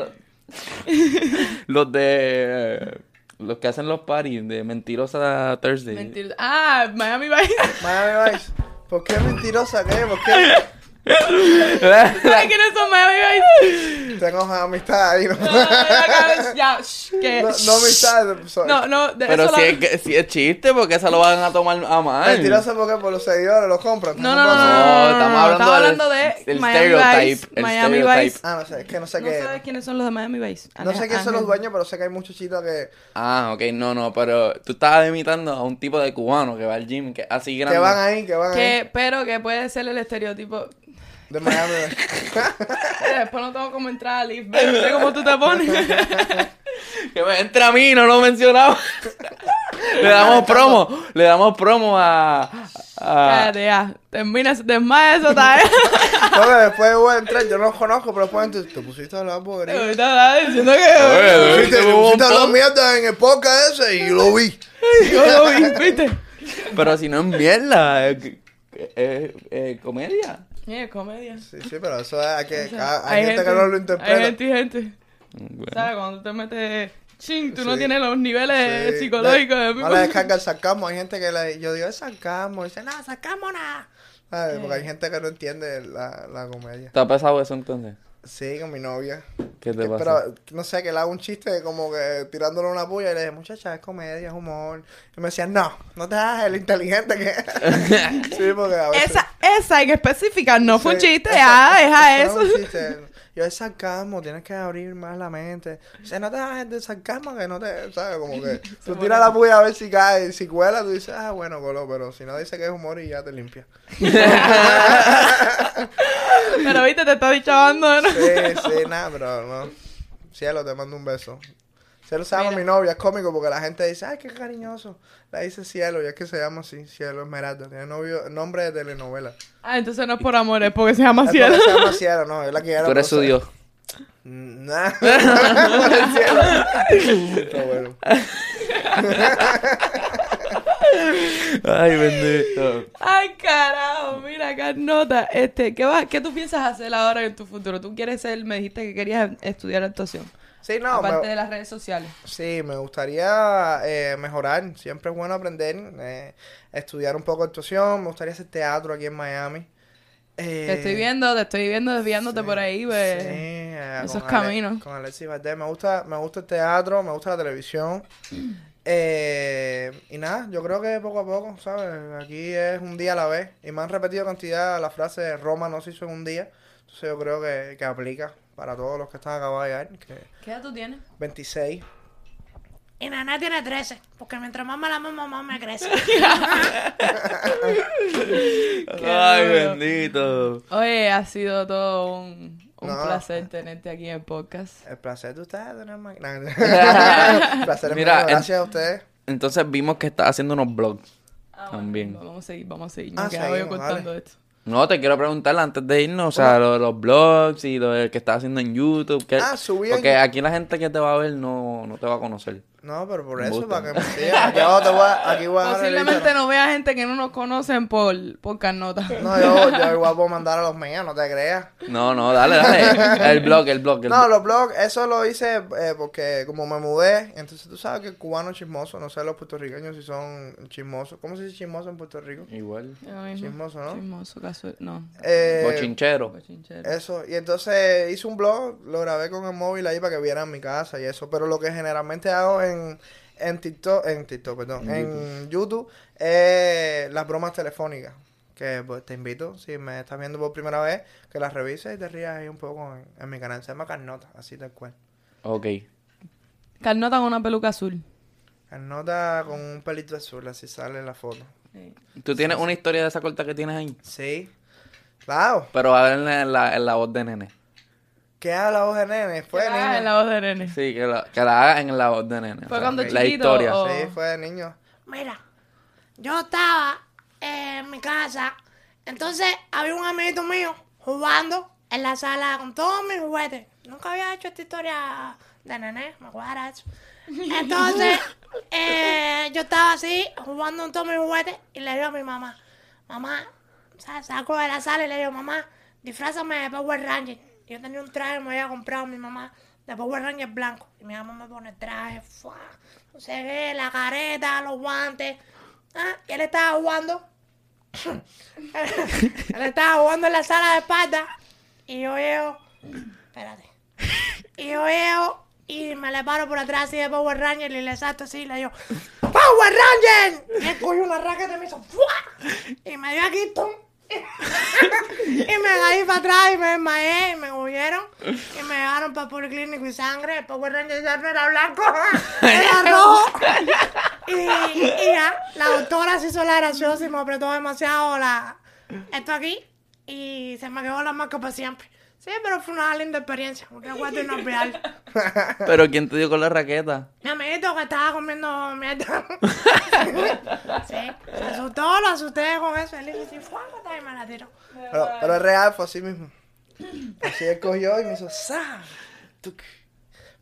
[SPEAKER 1] *laughs* Los de... eh, Los que hacen los parties de Mentirosa Thursday.
[SPEAKER 2] Mentir- Ah, Miami Vice.
[SPEAKER 1] *laughs*
[SPEAKER 3] Miami Vice, ¿por qué mentirosa que es? ¿Por qué
[SPEAKER 2] *laughs*
[SPEAKER 1] *laughs*
[SPEAKER 2] ¿Sabes quiénes son Miami Vice?
[SPEAKER 3] tengo amistad ahí? No,
[SPEAKER 2] No, no, ya, shh, que-
[SPEAKER 3] no, no amistad, so-
[SPEAKER 2] No, no, de
[SPEAKER 1] Pero
[SPEAKER 2] eso
[SPEAKER 1] si
[SPEAKER 2] lo-
[SPEAKER 1] es, que- si es chiste, porque esa lo van a tomar a mal.
[SPEAKER 3] Mentirosa porque por los seguidores los compran.
[SPEAKER 2] No, no, no,
[SPEAKER 1] No,
[SPEAKER 2] no, no,
[SPEAKER 1] estamos
[SPEAKER 2] no,
[SPEAKER 1] hablando
[SPEAKER 2] estamos
[SPEAKER 1] del-
[SPEAKER 2] hablando de
[SPEAKER 1] del
[SPEAKER 2] Miami
[SPEAKER 1] stereotype,
[SPEAKER 2] Vice,
[SPEAKER 1] el
[SPEAKER 2] Miami
[SPEAKER 1] stereotype.
[SPEAKER 2] Vice.
[SPEAKER 3] Ah, no sé, es que no sé
[SPEAKER 2] No
[SPEAKER 3] qué.
[SPEAKER 2] sabes quiénes son los de Miami Vice.
[SPEAKER 3] No sé quiénes son los
[SPEAKER 2] Ángel.
[SPEAKER 3] dueños, pero sé que hay muchos chicos que,
[SPEAKER 1] Ah, ok, no, no, pero tú estabas imitando a un tipo de cubano que va al gym, que es así grande.
[SPEAKER 3] que van ahí, que van ahí.
[SPEAKER 2] Que, pero que puede ser el estereotipo.
[SPEAKER 3] De Miami.
[SPEAKER 2] Eh, Después no tengo como entrar al live. No sé cómo tú te
[SPEAKER 1] *laughs*
[SPEAKER 2] pones.
[SPEAKER 1] Que me entra a mí, no lo
[SPEAKER 3] *laughs*
[SPEAKER 1] mencionaba. le damos promo, le damos promo a. a-
[SPEAKER 2] Cállate ya. Termina, desmaya eso, está bien.
[SPEAKER 3] No, que después voy a entrar, yo no los conozco, pero después entro, te pusiste a hablar por ahí.
[SPEAKER 2] Ahorita estaba diciendo
[SPEAKER 3] *laughs*
[SPEAKER 2] que.
[SPEAKER 1] Oye,
[SPEAKER 3] Sí, te
[SPEAKER 1] hubo un
[SPEAKER 3] pusiste a hablar
[SPEAKER 1] pop,
[SPEAKER 3] mierda en el podcast ese y lo vi.
[SPEAKER 2] Yo lo vi, ¿viste?
[SPEAKER 1] Pero si no es mierda, es, es- es comedia.
[SPEAKER 2] Eh, comedia.
[SPEAKER 3] Sí, sí, pero eso es, hay, que, Eh, ah, hay, gente, que no lo interpreta.
[SPEAKER 2] Hay gente y gente.
[SPEAKER 1] Bueno,
[SPEAKER 2] ¿Sabes? Cuando tú te metes. Ching, tú no
[SPEAKER 3] Sí.
[SPEAKER 2] tienes los niveles
[SPEAKER 3] Sí,
[SPEAKER 2] psicológicos
[SPEAKER 3] le-
[SPEAKER 2] de
[SPEAKER 3] No le descarga el sarcasmo. Hay gente que le, yo digo, es sarcasmo. Dice, no, sarcasmo nada. ¿Sabes? Porque hay gente que no entiende la, la comedia.
[SPEAKER 1] ¿Te ha pasado eso entonces?
[SPEAKER 3] Sí, con mi novia.
[SPEAKER 1] ¿Qué te
[SPEAKER 3] Que-
[SPEAKER 1] pasa?
[SPEAKER 3] Pero, no sé, que le hago un chiste como que tirándole una puya y le dije, muchacha, es comedia, es humor. Y me decía, no, no te hagas el inteligente que *laughs* Sí, porque a veces...
[SPEAKER 2] Esa, esa en específica no fue un
[SPEAKER 3] Sí,
[SPEAKER 2] chiste,
[SPEAKER 3] esa-
[SPEAKER 2] ya, deja
[SPEAKER 3] esa
[SPEAKER 2] eso.
[SPEAKER 3] no es un chiste. Yo es sarcasmo, tienes que abrir más la mente. O sea, no te hagas de sarcasmo que no te, ¿sabes? Como que tú tiras la puya a ver si cae, y si cuela, tú dices, ah, bueno, colo, pero si no dice que es humor y ya te limpia.
[SPEAKER 2] *laughs* Pero viste, te estás chavando, ¿no?
[SPEAKER 3] Sí, sí, nada, pero no. Cielo, te mando un beso. Cielo se llama
[SPEAKER 2] Mira.
[SPEAKER 3] mi novia, es cómico porque la gente dice, ay, qué cariñoso. La dice Cielo, y es que se llama así, Cielo Esmeralda. Tiene novio, nombre
[SPEAKER 2] *laughs*
[SPEAKER 3] de telenovela.
[SPEAKER 2] *laughs* Ah, entonces no es por amor, es porque se llama
[SPEAKER 3] Es porque
[SPEAKER 2] cielo.
[SPEAKER 3] Se llama Cielo, no, es la que ya
[SPEAKER 1] Tú eres su dios.
[SPEAKER 3] Nah. *laughs* Está bueno.
[SPEAKER 1] Ay, bendito.
[SPEAKER 2] *laughs* Ay, carajo, mira, Carnota. Este, ¿qué, vas, ¿Qué tú piensas hacer ahora en tu futuro? ¿Tú quieres ser, me dijiste que querías estudiar actuación,
[SPEAKER 3] Sí, no,
[SPEAKER 2] aparte
[SPEAKER 3] me-
[SPEAKER 2] de las redes sociales?
[SPEAKER 3] sí, me gustaría eh, mejorar. Siempre es bueno aprender, eh, estudiar un poco de actuación. Me gustaría hacer teatro aquí en Miami. Eh,
[SPEAKER 2] te estoy viendo, te estoy viendo desviándote
[SPEAKER 3] sí,
[SPEAKER 2] por ahí, pues.
[SPEAKER 3] sí,
[SPEAKER 2] ve.
[SPEAKER 3] eh,
[SPEAKER 2] esos
[SPEAKER 3] con Ale-
[SPEAKER 2] caminos.
[SPEAKER 3] con Alexis Valdés. Me gusta, me gusta el teatro, me gusta
[SPEAKER 1] *clears throat*
[SPEAKER 3] la televisión. Eh, y nada, yo creo que poco a poco, ¿sabes? Aquí es un día a la vez. Y me han repetido cantidad la frase Roma no se hizo en un día. Entonces yo creo que, que aplica para todos los que están acabados de llegar. Que
[SPEAKER 2] ¿Qué edad tú tienes?
[SPEAKER 3] 26.
[SPEAKER 4] Y Nana tiene 13, porque mientras más me la mamo, más me
[SPEAKER 2] *laughs*
[SPEAKER 4] crece.
[SPEAKER 1] Ay,
[SPEAKER 2] duro.
[SPEAKER 1] bendito.
[SPEAKER 2] Oye, ha sido todo un, un
[SPEAKER 3] No.
[SPEAKER 2] placer tenerte aquí en el podcast.
[SPEAKER 3] El placer de ustedes, tener más- Nah, *laughs* El placer es
[SPEAKER 1] Mira,
[SPEAKER 3] mío,
[SPEAKER 1] en-
[SPEAKER 3] gracias a ustedes.
[SPEAKER 1] Entonces vimos que estás haciendo unos blogs.
[SPEAKER 2] Ah, bueno,
[SPEAKER 1] También.
[SPEAKER 2] Vamos a seguir, vamos a seguir.
[SPEAKER 3] Ah,
[SPEAKER 2] Me quedaba yo
[SPEAKER 3] seguimos,
[SPEAKER 2] contando
[SPEAKER 3] vale.
[SPEAKER 2] esto.
[SPEAKER 1] No, te quiero preguntar antes de irnos, o sea, lo de los blogs y lo de que estás haciendo en YouTube. que-
[SPEAKER 3] Ah, subí en-
[SPEAKER 1] Porque aquí la gente que te va a ver no, no te va a conocer.
[SPEAKER 3] No, pero por eso,
[SPEAKER 1] Gusto.
[SPEAKER 3] para que me sigan. Aquí abajo te voy a- aquí voy a dar el
[SPEAKER 2] Posiblemente no vea gente que no nos conocen por, por carnota.
[SPEAKER 3] No, yo, yo igual puedo mandar a los míos, no te creas.
[SPEAKER 1] No, no, dale,
[SPEAKER 3] *laughs*
[SPEAKER 1] dale. El blog, el blog. el
[SPEAKER 3] No,
[SPEAKER 1] blog.
[SPEAKER 3] los blogs, eso lo hice eh, porque como me mudé, entonces tú sabes que el cubano es chismoso, no sé los puertorriqueños si son chismosos. ¿Cómo se dice chismoso en Puerto Rico?
[SPEAKER 1] Igual.
[SPEAKER 2] Lo mismo.
[SPEAKER 3] Chismoso, ¿no?
[SPEAKER 2] Chismoso, casual. No.
[SPEAKER 3] Eh,
[SPEAKER 1] Bochinchero.
[SPEAKER 2] Bochinchero.
[SPEAKER 3] eso, y entonces hice un blog, lo grabé con el móvil ahí para que vieran mi casa y eso, pero lo que generalmente hago en, en TikTok, en TikTok, perdón, en YouTube, es las eh, bromas telefónicas. que pues, te invito, si me estás viendo por primera vez, que las revises y te rías ahí un poco en, en mi canal. Se llama Carnota, así tal cual.
[SPEAKER 1] Ok.
[SPEAKER 2] Carnota con una peluca azul.
[SPEAKER 3] Carnota con un pelito azul, así sale la foto.
[SPEAKER 1] Tú tienes una historia de esa corta que tienes ahí,
[SPEAKER 3] Sí. Claro.
[SPEAKER 1] pero ahora en la, en la, en la voz de nene.
[SPEAKER 3] ¿Qué haga la voz de nene? Fue de
[SPEAKER 2] Ah, en
[SPEAKER 3] niño.
[SPEAKER 2] la voz de nene.
[SPEAKER 1] Sí, que la, que la haga en la voz de nene.
[SPEAKER 2] Fue cuando
[SPEAKER 1] la
[SPEAKER 2] chiquito,
[SPEAKER 1] historia.
[SPEAKER 2] o-
[SPEAKER 3] Sí, fue de niño.
[SPEAKER 4] Mira, yo estaba eh, en mi casa, entonces había un amiguito mío jugando en la sala con todos mis juguetes. Nunca había hecho esta historia de nené, me acuerdo eso. Entonces, eh, yo estaba así jugando con todos mis juguetes y le digo a mi mamá, mamá, sa- saco de la sala y le digo, mamá, disfrázame de Power Ranger. Yo tenía un traje que me había comprado mi mamá de Power Ranger blanco. Y mi mamá me pone el traje, ¡fua! no sé qué, la careta, los guantes. Ah, y él estaba jugando. *laughs* él estaba jugando en la sala de espalda. Y yo llego, espérate. Y yo llego y me le paro por atrás así de Power Ranger y le salto así y le digo, ¡Power Ranger! Y él cogió una raqueta y me hizo ¡fua! Y me dio aquí, ¡tum! *laughs* y me caí para atrás y me desmayé y me cogieron y me llevaron para policlínico y sangre. El Power Ranger ya no era blanco, *laughs* era rojo. Y, y ya, la doctora se hizo la graciosa y me apretó demasiado la, esto aquí y se me quedó la marca para siempre. Sí, pero fue una linda experiencia, un recuerdo inolvidable.
[SPEAKER 1] Pero ¿quién te dio con la raqueta?
[SPEAKER 4] Mi amiguito que estaba comiendo mierda. *laughs* sí, se asustó, lo asusté con eso. Él dijo, sí, fuácate y me la tiró.
[SPEAKER 3] Pero, pero es real, fue así mismo. Así él cogió y me hizo ¡Sa! Tuc.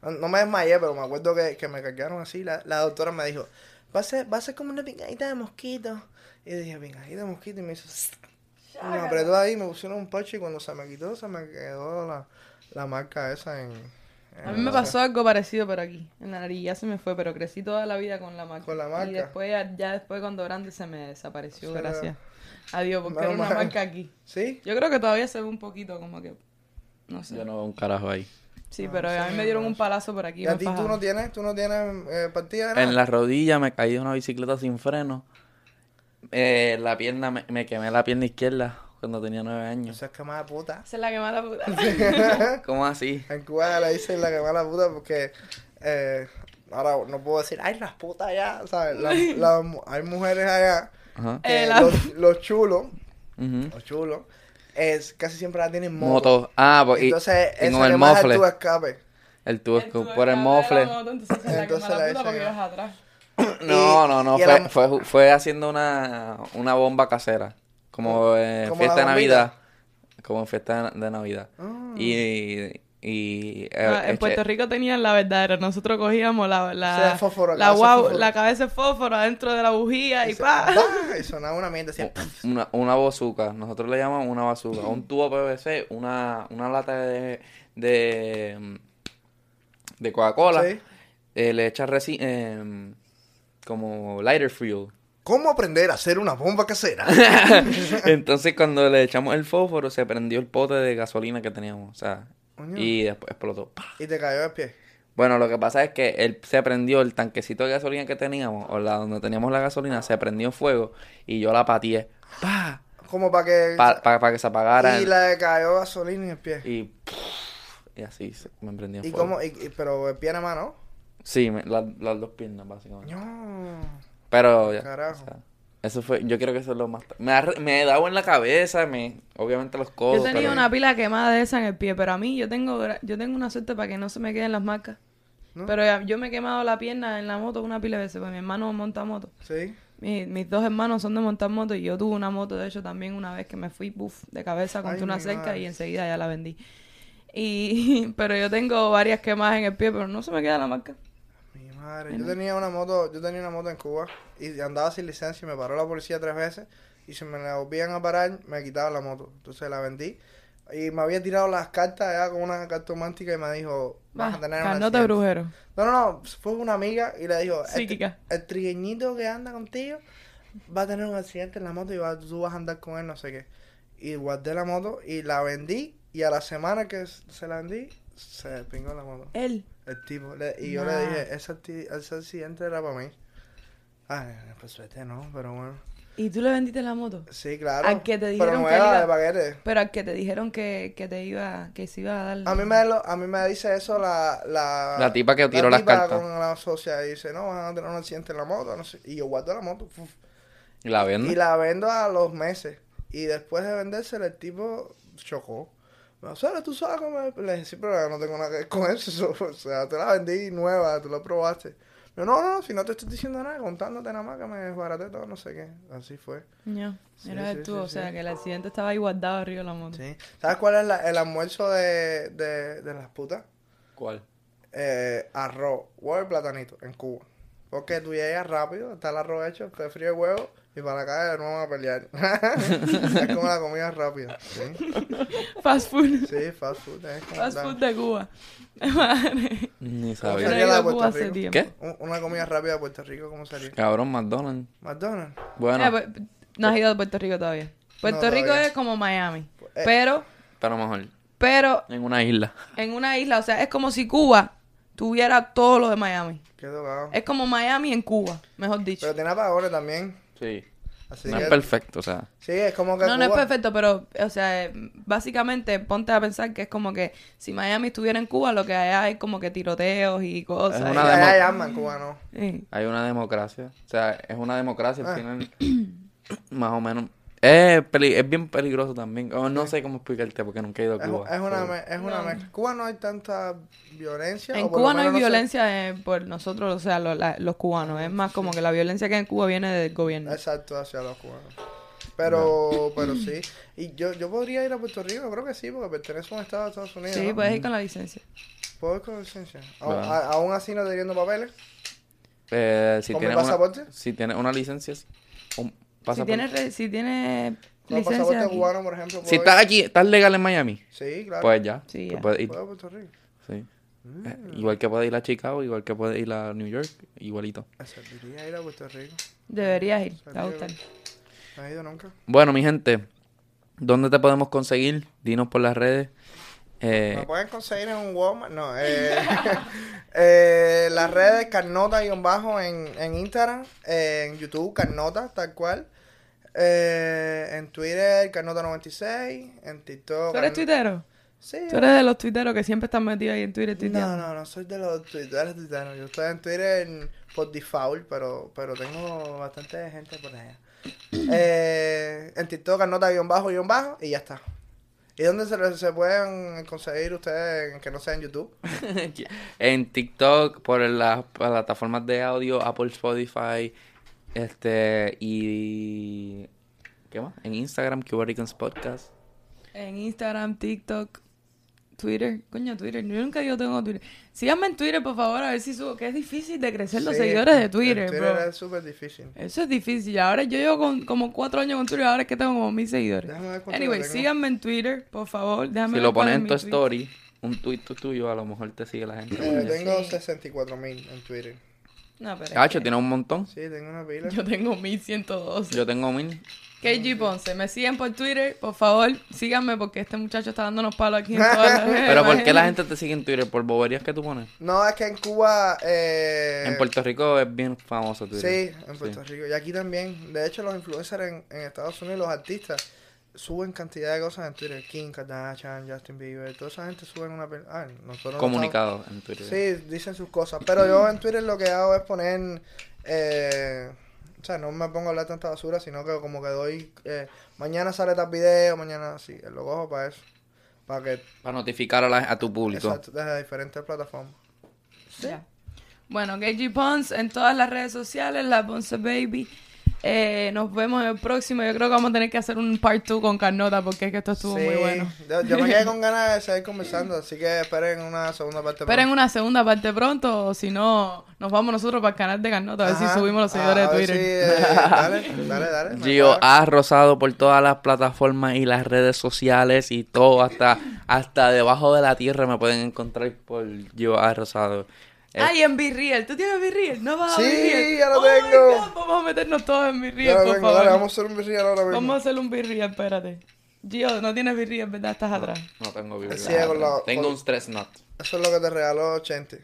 [SPEAKER 3] No, no me desmayé, pero me acuerdo que, que me cargaron así. La, la doctora me dijo, va a, ser, va a ser como una pingadita de mosquito. Y yo dije, pingadita de mosquito. Y me hizo "Sa". Y me apretó ahí, me pusieron un parche y cuando se me quitó, se me quedó la, la marca esa en... en
[SPEAKER 2] A mí me
[SPEAKER 3] la-
[SPEAKER 2] pasó algo parecido, pero aquí, en la nariz, ya se me fue, pero crecí toda la vida con la marca.
[SPEAKER 3] Con la marca.
[SPEAKER 2] Y después, ya, ya después cuando grande se me desapareció,
[SPEAKER 3] Se le-
[SPEAKER 2] gracias. Adiós, porque
[SPEAKER 3] Menos
[SPEAKER 2] era una
[SPEAKER 3] mal.
[SPEAKER 2] marca aquí.
[SPEAKER 3] ¿Sí?
[SPEAKER 2] Yo creo que todavía se ve un poquito como que, no sé.
[SPEAKER 1] Yo no veo un carajo ahí.
[SPEAKER 2] Sí,
[SPEAKER 3] No,
[SPEAKER 2] pero
[SPEAKER 3] sí,
[SPEAKER 2] a mí me dieron un palazo por aquí.
[SPEAKER 3] ¿Y a
[SPEAKER 2] me
[SPEAKER 3] ti tú
[SPEAKER 2] fajaron.
[SPEAKER 3] no tienes, tú no tienes eh, partida de nada?
[SPEAKER 1] En la rodilla me caí de una bicicleta sin freno. Eh, la pierna, me, me quemé la pierna izquierda cuando tenía nueve años.
[SPEAKER 3] Eso es quemada
[SPEAKER 2] *laughs*
[SPEAKER 3] puta.
[SPEAKER 2] Esa es la que más la puta.
[SPEAKER 1] ¿Cómo así?
[SPEAKER 3] En Cuba le dicen la quemada puta porque eh, ahora no puedo decir, ay, las putas allá, ¿sabes? Las- las mu- hay mujeres allá
[SPEAKER 1] Ajá.
[SPEAKER 3] que
[SPEAKER 2] Eh, la-
[SPEAKER 3] los, los chulos,
[SPEAKER 1] Ujú.
[SPEAKER 3] los chulos, es, casi siempre la tienen moto.
[SPEAKER 1] Moto. Ah, porque
[SPEAKER 3] Entonces,
[SPEAKER 1] y
[SPEAKER 3] eso
[SPEAKER 1] con
[SPEAKER 3] le
[SPEAKER 1] el
[SPEAKER 3] baja
[SPEAKER 1] mofle.
[SPEAKER 3] tu escape.
[SPEAKER 1] El tubo
[SPEAKER 2] El
[SPEAKER 1] con-
[SPEAKER 2] tubo
[SPEAKER 1] por el
[SPEAKER 2] de la
[SPEAKER 1] mofle.
[SPEAKER 2] moto, Entonces esa es la que
[SPEAKER 3] Entonces
[SPEAKER 2] más la
[SPEAKER 3] la
[SPEAKER 2] puta
[SPEAKER 3] hice
[SPEAKER 2] porque
[SPEAKER 3] yo.
[SPEAKER 2] ibas atrás.
[SPEAKER 1] No, no, no.
[SPEAKER 3] y
[SPEAKER 1] Fue,
[SPEAKER 3] la-
[SPEAKER 1] fue, fue haciendo una, una bomba casera. Como eh,
[SPEAKER 3] como
[SPEAKER 1] fiesta de
[SPEAKER 3] la bombita. Ah.
[SPEAKER 1] Navidad. Como en fiesta de, de Navidad. Y. y eh,
[SPEAKER 2] Ah, en
[SPEAKER 1] eche-
[SPEAKER 2] Puerto Rico tenían la verdadera. Nosotros cogíamos la, la,
[SPEAKER 3] Ese de fósforo,
[SPEAKER 2] la,
[SPEAKER 3] cabeza de
[SPEAKER 2] guau-
[SPEAKER 3] fósforo.
[SPEAKER 2] la cabeza de fósforo adentro de la bujía y,
[SPEAKER 3] Y, se-
[SPEAKER 2] pa.
[SPEAKER 3] ¡bah! y sonaba una mierda así.
[SPEAKER 1] Una, una bazuca, nosotros le llamamos una bazuca,
[SPEAKER 3] *clears throat*
[SPEAKER 1] un tubo PVC, una, una lata de, de, de Coca-Cola,
[SPEAKER 3] Sí.
[SPEAKER 1] eh, le echas reci- em, como lighter fuel. *laughs*
[SPEAKER 3] ¿Cómo aprender a hacer una bomba casera?
[SPEAKER 1] Entonces cuando le echamos el fósforo se prendió el pote de gasolina que teníamos, o sea,
[SPEAKER 3] Coño.
[SPEAKER 1] y después explotó. ¡pa!
[SPEAKER 3] y te cayó el pie.
[SPEAKER 1] Bueno, lo que pasa es que él se prendió el tanquecito de gasolina que teníamos, o la donde teníamos la gasolina, se prendió fuego y yo la pateé, pa,
[SPEAKER 3] Como para que...
[SPEAKER 1] para que se apagara.
[SPEAKER 3] y
[SPEAKER 1] el-
[SPEAKER 3] le cayó gasolina en el pie.
[SPEAKER 1] Y, y así se- me emprendí en
[SPEAKER 3] ¿Y,
[SPEAKER 1] fuego.
[SPEAKER 3] cómo? Y, y- pero el pie nada más, ¿no?
[SPEAKER 1] Sí, me- la- las dos piernas, básicamente.
[SPEAKER 3] No.
[SPEAKER 1] Pero ya.
[SPEAKER 3] Carajo.
[SPEAKER 1] o sea, eso fue, yo creo que eso es lo más. Me, ha re- me he dado en la cabeza, me, obviamente los
[SPEAKER 3] Oh,
[SPEAKER 1] codos.
[SPEAKER 2] Yo tenía
[SPEAKER 1] pero-
[SPEAKER 2] una pila quemada de esa en el pie, pero a mí yo tengo gra- yo tengo una suerte para que no se me queden las marcas.
[SPEAKER 3] ¿No?
[SPEAKER 2] Pero ya- yo me he quemado la pierna en la moto una pila de veces, porque mi hermano monta moto.
[SPEAKER 3] Sí.
[SPEAKER 2] Mi- mis dos hermanos son de montar moto y yo tuve una moto, de hecho, también una vez que me fui, buf, de cabeza
[SPEAKER 3] Ay,
[SPEAKER 2] contra una
[SPEAKER 3] mi
[SPEAKER 2] cerca
[SPEAKER 3] madre.
[SPEAKER 2] y enseguida ya la vendí. Y, *laughs* pero yo tengo varias quemadas en el pie, pero no se me queda la marca.
[SPEAKER 3] Mi madre, yo tenía una moto, yo tenía una moto en Cuba y andaba sin licencia y me paró la policía tres veces y si me la volvían a parar me quitaban la moto. Entonces la vendí y me había tirado las cartas allá con una cartomántica y me dijo, vas
[SPEAKER 2] Ah,
[SPEAKER 3] a tener una
[SPEAKER 2] no te brujero.
[SPEAKER 3] No, no, no, fue una amiga y le dijo, "El tri-
[SPEAKER 2] Psíquica.
[SPEAKER 3] el trigueñito que anda contigo va a tener un accidente en la moto y va- tú vas a andar con él, no sé qué. Y guardé la moto y la vendí y a la semana que se la vendí se pingó la moto.
[SPEAKER 2] Él.
[SPEAKER 3] El tipo, le- y yo
[SPEAKER 2] Nah.
[SPEAKER 3] le dije, ese, acti- ese accidente era para mí. Ah, pues suerte no, pero bueno.
[SPEAKER 2] ¿Y tú le vendiste la moto?
[SPEAKER 3] Sí, claro.
[SPEAKER 2] Al que te
[SPEAKER 3] Pero
[SPEAKER 2] dijeron
[SPEAKER 3] no
[SPEAKER 2] que
[SPEAKER 3] era
[SPEAKER 2] él iba-
[SPEAKER 3] de paquete.
[SPEAKER 2] Pero al que te dijeron que, que te iba, que se iba a dar.
[SPEAKER 3] A mí me, lo- a mí me dice eso la, la...
[SPEAKER 1] La tipa que tiró las
[SPEAKER 3] tipa
[SPEAKER 1] cartas.
[SPEAKER 3] con la socia y dice, no, van a tener un accidente en la moto, no sé. Y yo guardo la moto. fuf.
[SPEAKER 1] ¿Y la vende?
[SPEAKER 3] Y la vendo a los meses. Y después de vendérsela, el tipo chocó. Me dice, "Sara, tú sabes cómo es?" Le dije, sí, pero no tengo nada que ver con eso. *laughs* so- O sea, te la vendí nueva, tú la probaste. Me dijo, no, no, no, si no te estoy diciendo nada, contándote nada más que me desbaraté todo, no sé qué. Así fue.
[SPEAKER 2] Ya,
[SPEAKER 3] Sí,
[SPEAKER 2] eras
[SPEAKER 3] sí,
[SPEAKER 2] tú,
[SPEAKER 3] sí,
[SPEAKER 2] o
[SPEAKER 3] sí.
[SPEAKER 2] sea, que el accidente estaba ahí guardado arriba de la moto.
[SPEAKER 3] Sí. ¿Sabes cuál es la- el almuerzo de, de, de las putas?
[SPEAKER 1] ¿Cuál?
[SPEAKER 3] eh, arroz, huevo y platanito en Cuba. Porque tú llegas rápido, está el arroz hecho, te fríe el huevo y para acá de nuevo a pelear. *laughs* es como la comida rápida. Sí,
[SPEAKER 2] Fast food.
[SPEAKER 3] sí fast food. Es como
[SPEAKER 2] Fast
[SPEAKER 3] tal.
[SPEAKER 2] food de Cuba. *laughs* Madre.
[SPEAKER 1] Ni
[SPEAKER 2] Yo
[SPEAKER 1] sabía.
[SPEAKER 2] no
[SPEAKER 3] Había
[SPEAKER 2] he
[SPEAKER 3] que la
[SPEAKER 2] ido a
[SPEAKER 3] de Puerto
[SPEAKER 2] Cuba hace
[SPEAKER 3] Rico.
[SPEAKER 2] tiempo.
[SPEAKER 1] ¿Qué?
[SPEAKER 3] Un- Una comida rápida de Puerto Rico, ¿cómo sería?
[SPEAKER 1] Cabrón, McDonald's.
[SPEAKER 3] McDonald's.
[SPEAKER 1] Bueno,
[SPEAKER 2] Eh, pues, no has ido a Puerto Rico todavía. Puerto Rico
[SPEAKER 3] todavía.
[SPEAKER 2] es como Miami.
[SPEAKER 3] Eh.
[SPEAKER 2] Pero,
[SPEAKER 1] pero mejor.
[SPEAKER 2] pero
[SPEAKER 1] En una isla.
[SPEAKER 2] en una isla, o sea, es como si Cuba tuviera todo lo de Miami.
[SPEAKER 3] Qué tocado.
[SPEAKER 2] Es como Miami en Cuba, mejor dicho.
[SPEAKER 3] Pero tiene apagones también.
[SPEAKER 1] Sí.
[SPEAKER 3] Así
[SPEAKER 1] No
[SPEAKER 3] que,
[SPEAKER 1] es perfecto, o sea.
[SPEAKER 3] Sí, es como que.
[SPEAKER 2] No, no es
[SPEAKER 3] Cuba-
[SPEAKER 2] perfecto, pero, o sea, eh, básicamente ponte a pensar que es como que si Miami estuviera en Cuba, lo que hay es como que tiroteos y cosas.
[SPEAKER 1] Es
[SPEAKER 3] Sí,
[SPEAKER 1] una
[SPEAKER 3] allá
[SPEAKER 1] demo-
[SPEAKER 3] llaman cubano.
[SPEAKER 2] Sí.
[SPEAKER 1] Hay una democracia. O sea, es una democracia al
[SPEAKER 3] Ah.
[SPEAKER 1] final. *coughs* más o menos. Es, peli- es bien peligroso también. Oh, no sé cómo explicarte porque nunca he ido a
[SPEAKER 3] Es,
[SPEAKER 1] Cuba.
[SPEAKER 3] es una,
[SPEAKER 1] So,
[SPEAKER 3] me- es una
[SPEAKER 2] No.
[SPEAKER 3] mezcla. Cuba no hay tanta violencia.
[SPEAKER 2] En
[SPEAKER 3] o por lo
[SPEAKER 2] Cuba no hay
[SPEAKER 3] menos sé.
[SPEAKER 2] violencia eh, por nosotros, o sea, lo- la- los cubanos. Es más como que la violencia que hay en Cuba viene del gobierno.
[SPEAKER 3] Exacto, hacia los cubanos. Pero, pero sí. Y yo, yo podría ir a Puerto Rico, creo que sí, porque pertenece a un estado de Estados Unidos.
[SPEAKER 2] Sí, pues.
[SPEAKER 3] ¿no?
[SPEAKER 2] puedes ir con la licencia.
[SPEAKER 3] ¿Puedo ir con licencia? A-
[SPEAKER 1] Claro.
[SPEAKER 3] a- Aún así no teniendo papeles.
[SPEAKER 1] eh, si
[SPEAKER 3] ¿Con mi
[SPEAKER 1] tienes
[SPEAKER 3] pasaporte?
[SPEAKER 1] Una, si tienes una licencia, sí. un
[SPEAKER 2] Si
[SPEAKER 1] pasaporte.
[SPEAKER 2] tienes, re- si tienes
[SPEAKER 3] Con un
[SPEAKER 2] licencia.
[SPEAKER 3] pasaporte
[SPEAKER 2] aquí.
[SPEAKER 3] cubano, por ejemplo.
[SPEAKER 1] Si
[SPEAKER 3] puedo
[SPEAKER 1] estás
[SPEAKER 3] ir.
[SPEAKER 1] aquí, estás legal en Miami,
[SPEAKER 3] Sí, claro.
[SPEAKER 1] pues ya.
[SPEAKER 2] Sí,
[SPEAKER 1] te
[SPEAKER 2] ya.
[SPEAKER 1] puedes ir.
[SPEAKER 3] Puedo Mm. ir a Puerto Rico.
[SPEAKER 1] Sí. Eh, Igual que puedes ir a Chicago, igual que puedes ir a New York, igualito.
[SPEAKER 3] Me serviría ir a Puerto Rico.
[SPEAKER 2] Deberías ir, te va a gustar.
[SPEAKER 3] No he ido nunca.
[SPEAKER 1] Bueno, mi gente, ¿dónde te podemos conseguir? Dinos por las redes. Eh,
[SPEAKER 3] Me pueden conseguir en un Walmart. No, eh, *laughs* eh, las redes Carnota y bajo en, en Instagram, eh, en YouTube Carnota, tal cual. Eh, en Twitter Carnota96, en TikTok.
[SPEAKER 2] ¿Tú eres
[SPEAKER 3] Carn-
[SPEAKER 2] tuitero?
[SPEAKER 3] Sí.
[SPEAKER 2] Tú eres de los tuiteros que siempre están metidos ahí en Twitter
[SPEAKER 3] No,
[SPEAKER 2] tuiteando.
[SPEAKER 3] no, no, soy de los tuiteros tuiteros. Yo estoy en Twitter en- por default, pero, pero tengo bastante gente por allá. Eh, en TikTok Carnota guión bajo guión bajo y ya está. ¿Y dónde se, lo- se pueden conseguir ustedes que no sea en YouTube?
[SPEAKER 1] *laughs* en TikTok, por las plataformas de audio, Apple, Spotify, este, y... ¿Qué más? En Instagram, Cubaricans Podcast.
[SPEAKER 2] En Instagram, TikTok, Twitter. Coño, Twitter. Yo nunca yo tengo Twitter. Síganme en Twitter, por favor, a ver si subo. Que es difícil de crecer los
[SPEAKER 3] Sí,
[SPEAKER 2] seguidores de
[SPEAKER 3] en
[SPEAKER 2] Twitter, bro.
[SPEAKER 3] es súper difícil. Eh,
[SPEAKER 2] Eso es difícil. Ahora yo llevo con- como cuatro años con Twitter. Ahora es que tengo como mil seguidores.
[SPEAKER 3] Déjame ver cuánto
[SPEAKER 2] Anyway,
[SPEAKER 3] yo tengo.
[SPEAKER 2] síganme en Twitter, por favor. Déjame
[SPEAKER 1] Si
[SPEAKER 2] ver
[SPEAKER 1] lo
[SPEAKER 2] cuál
[SPEAKER 1] pones
[SPEAKER 2] es
[SPEAKER 1] en
[SPEAKER 2] mi
[SPEAKER 1] tu
[SPEAKER 2] tweet.
[SPEAKER 1] story, un tweet tu- tuyo, a lo mejor te sigue la gente.
[SPEAKER 3] Eh,
[SPEAKER 1] coño.
[SPEAKER 3] tengo 64 mil en Twitter.
[SPEAKER 2] No, pero es
[SPEAKER 1] Cacho,
[SPEAKER 2] que
[SPEAKER 1] tiene un montón.
[SPEAKER 3] Sí, tengo una pila.
[SPEAKER 2] Yo tengo 1112.
[SPEAKER 1] Yo tengo
[SPEAKER 2] Eh,
[SPEAKER 1] mil.
[SPEAKER 2] KG Ponce, me siguen por Twitter, por favor, síganme porque este muchacho está dándonos palos aquí en
[SPEAKER 1] *laughs*
[SPEAKER 2] todas las redes,
[SPEAKER 1] Pero ¿por qué la
[SPEAKER 2] imagínate.
[SPEAKER 1] gente te sigue en Twitter? ¿Por boberías que tú pones?
[SPEAKER 3] No, es que en Cuba... Eh,
[SPEAKER 1] En Puerto Rico es bien famoso Twitter.
[SPEAKER 3] Sí, en Puerto Rico. Y aquí también. De hecho, los influencers en, en Estados Unidos, los artistas, suben cantidad de cosas en Twitter. Kim Kardashian, Justin Bieber, toda esa gente suben una... pel- Ah, nosotros no
[SPEAKER 1] Comunicado en Twitter.
[SPEAKER 3] Sí, dicen sus cosas. Pero yo en Twitter lo que hago es poner. eh, o sea, no me pongo a hablar tanta basura, sino que como que doy. eh, mañana sale tal video, mañana sí. Lo cojo para eso. Para que.
[SPEAKER 1] Para notificar a, la- a tu público.
[SPEAKER 3] Exacto, desde diferentes plataformas.
[SPEAKER 2] Ya. Bueno, KG Ponce en todas las redes sociales, la Ponce Baby. Eh, nos vemos en el próximo. Yo creo que vamos a tener que hacer un part 2 con Carnota porque es que esto estuvo
[SPEAKER 3] Sí,
[SPEAKER 2] muy bueno.
[SPEAKER 3] Yo, yo me
[SPEAKER 2] *laughs*
[SPEAKER 3] quedé con ganas de seguir conversando, así que esperen una segunda parte.
[SPEAKER 2] Esperen una segunda parte pronto, o si no, nos vamos nosotros para el canal de Carnota a ver si
[SPEAKER 3] Ajá,
[SPEAKER 2] subimos los
[SPEAKER 3] a-
[SPEAKER 2] seguidores
[SPEAKER 3] a
[SPEAKER 2] de
[SPEAKER 3] ver
[SPEAKER 2] Twitter.
[SPEAKER 3] si, eh,
[SPEAKER 2] *laughs*
[SPEAKER 3] dale, dale, dale. me
[SPEAKER 1] Gio ah.
[SPEAKER 3] cuadra.
[SPEAKER 1] ha rozado por todas las plataformas y las redes sociales y todo, hasta, hasta debajo de la tierra me pueden encontrar por Gio ha rozado. Eh,
[SPEAKER 2] Ay, en Virreal. ¿Tú tienes Virreal? No vas
[SPEAKER 3] Sí,
[SPEAKER 2] a Virreal.
[SPEAKER 3] ya lo
[SPEAKER 2] Oh my
[SPEAKER 3] tengo.
[SPEAKER 2] God, vamos a meternos todos en
[SPEAKER 3] Ya
[SPEAKER 2] Virreal,
[SPEAKER 3] lo
[SPEAKER 2] por
[SPEAKER 3] tengo,
[SPEAKER 2] favor.
[SPEAKER 3] dale, vamos a hacer un virreal ahora mismo.
[SPEAKER 2] Vamos a hacer un birriel, espérate. Gio, no tienes birriel, ¿verdad? Estás atrás.
[SPEAKER 1] No tengo video.
[SPEAKER 3] Sí, con la-
[SPEAKER 1] Tengo
[SPEAKER 3] con-
[SPEAKER 1] un stress knot.
[SPEAKER 3] Eso es lo que te regaló 80.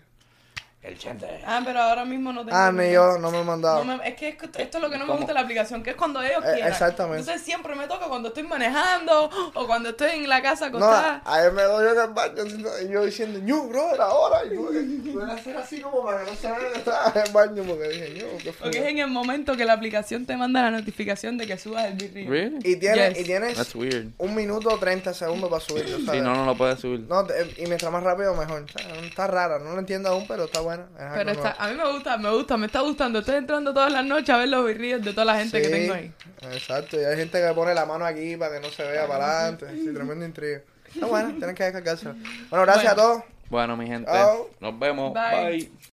[SPEAKER 4] El chente.
[SPEAKER 2] Ah, pero ahora mismo no tengo.
[SPEAKER 3] Ah, ni
[SPEAKER 2] ni
[SPEAKER 3] yo no me he mandado.
[SPEAKER 2] es que es- esto es lo que no me
[SPEAKER 1] ¿Cómo?
[SPEAKER 2] gusta de la aplicación, que es cuando ellos
[SPEAKER 3] Eh,
[SPEAKER 2] quieran.
[SPEAKER 3] exactamente.
[SPEAKER 2] Entonces siempre me toca cuando estoy manejando o cuando estoy en la casa
[SPEAKER 3] No, ah, a
[SPEAKER 2] acostada.
[SPEAKER 3] a él me doy en el baño sino- y yo diciendo, ñu, brother, ahora. Y tuve que tuve que hacer así como para que no se vea que estaba en el baño porque dije, ñu, qué
[SPEAKER 2] Porque es
[SPEAKER 3] fue.
[SPEAKER 2] en el momento que la aplicación te manda la notificación de que subas el birrio.
[SPEAKER 1] Really?
[SPEAKER 3] Y tienes,
[SPEAKER 2] Yes.
[SPEAKER 3] y tienes
[SPEAKER 1] That's weird.
[SPEAKER 3] un minuto 30 segundos para subirlo,
[SPEAKER 1] Sí,
[SPEAKER 3] ¿sabes?
[SPEAKER 1] no, no lo puedes subir.
[SPEAKER 3] No, te- y mientras más rápido mejor. ¿sabes? Está rara, no la entiendo aún, pero está buena. Es algo
[SPEAKER 2] Pero está,
[SPEAKER 3] nuevo.
[SPEAKER 2] a mí me gusta, me gusta, me está gustando. Estoy entrando todas las noches a ver los birrios de toda la gente que
[SPEAKER 3] Sí,
[SPEAKER 2] tengo ahí.
[SPEAKER 3] Exacto, y hay gente que pone la mano aquí para que no se vea para adelante. Sí, tremendo intriga. Está bueno, tienen que descargársela. Bueno,
[SPEAKER 2] Bueno.
[SPEAKER 3] gracias a todos.
[SPEAKER 1] Bueno, mi gente,
[SPEAKER 3] Chao.
[SPEAKER 1] nos vemos.
[SPEAKER 2] Bye.
[SPEAKER 1] Bye.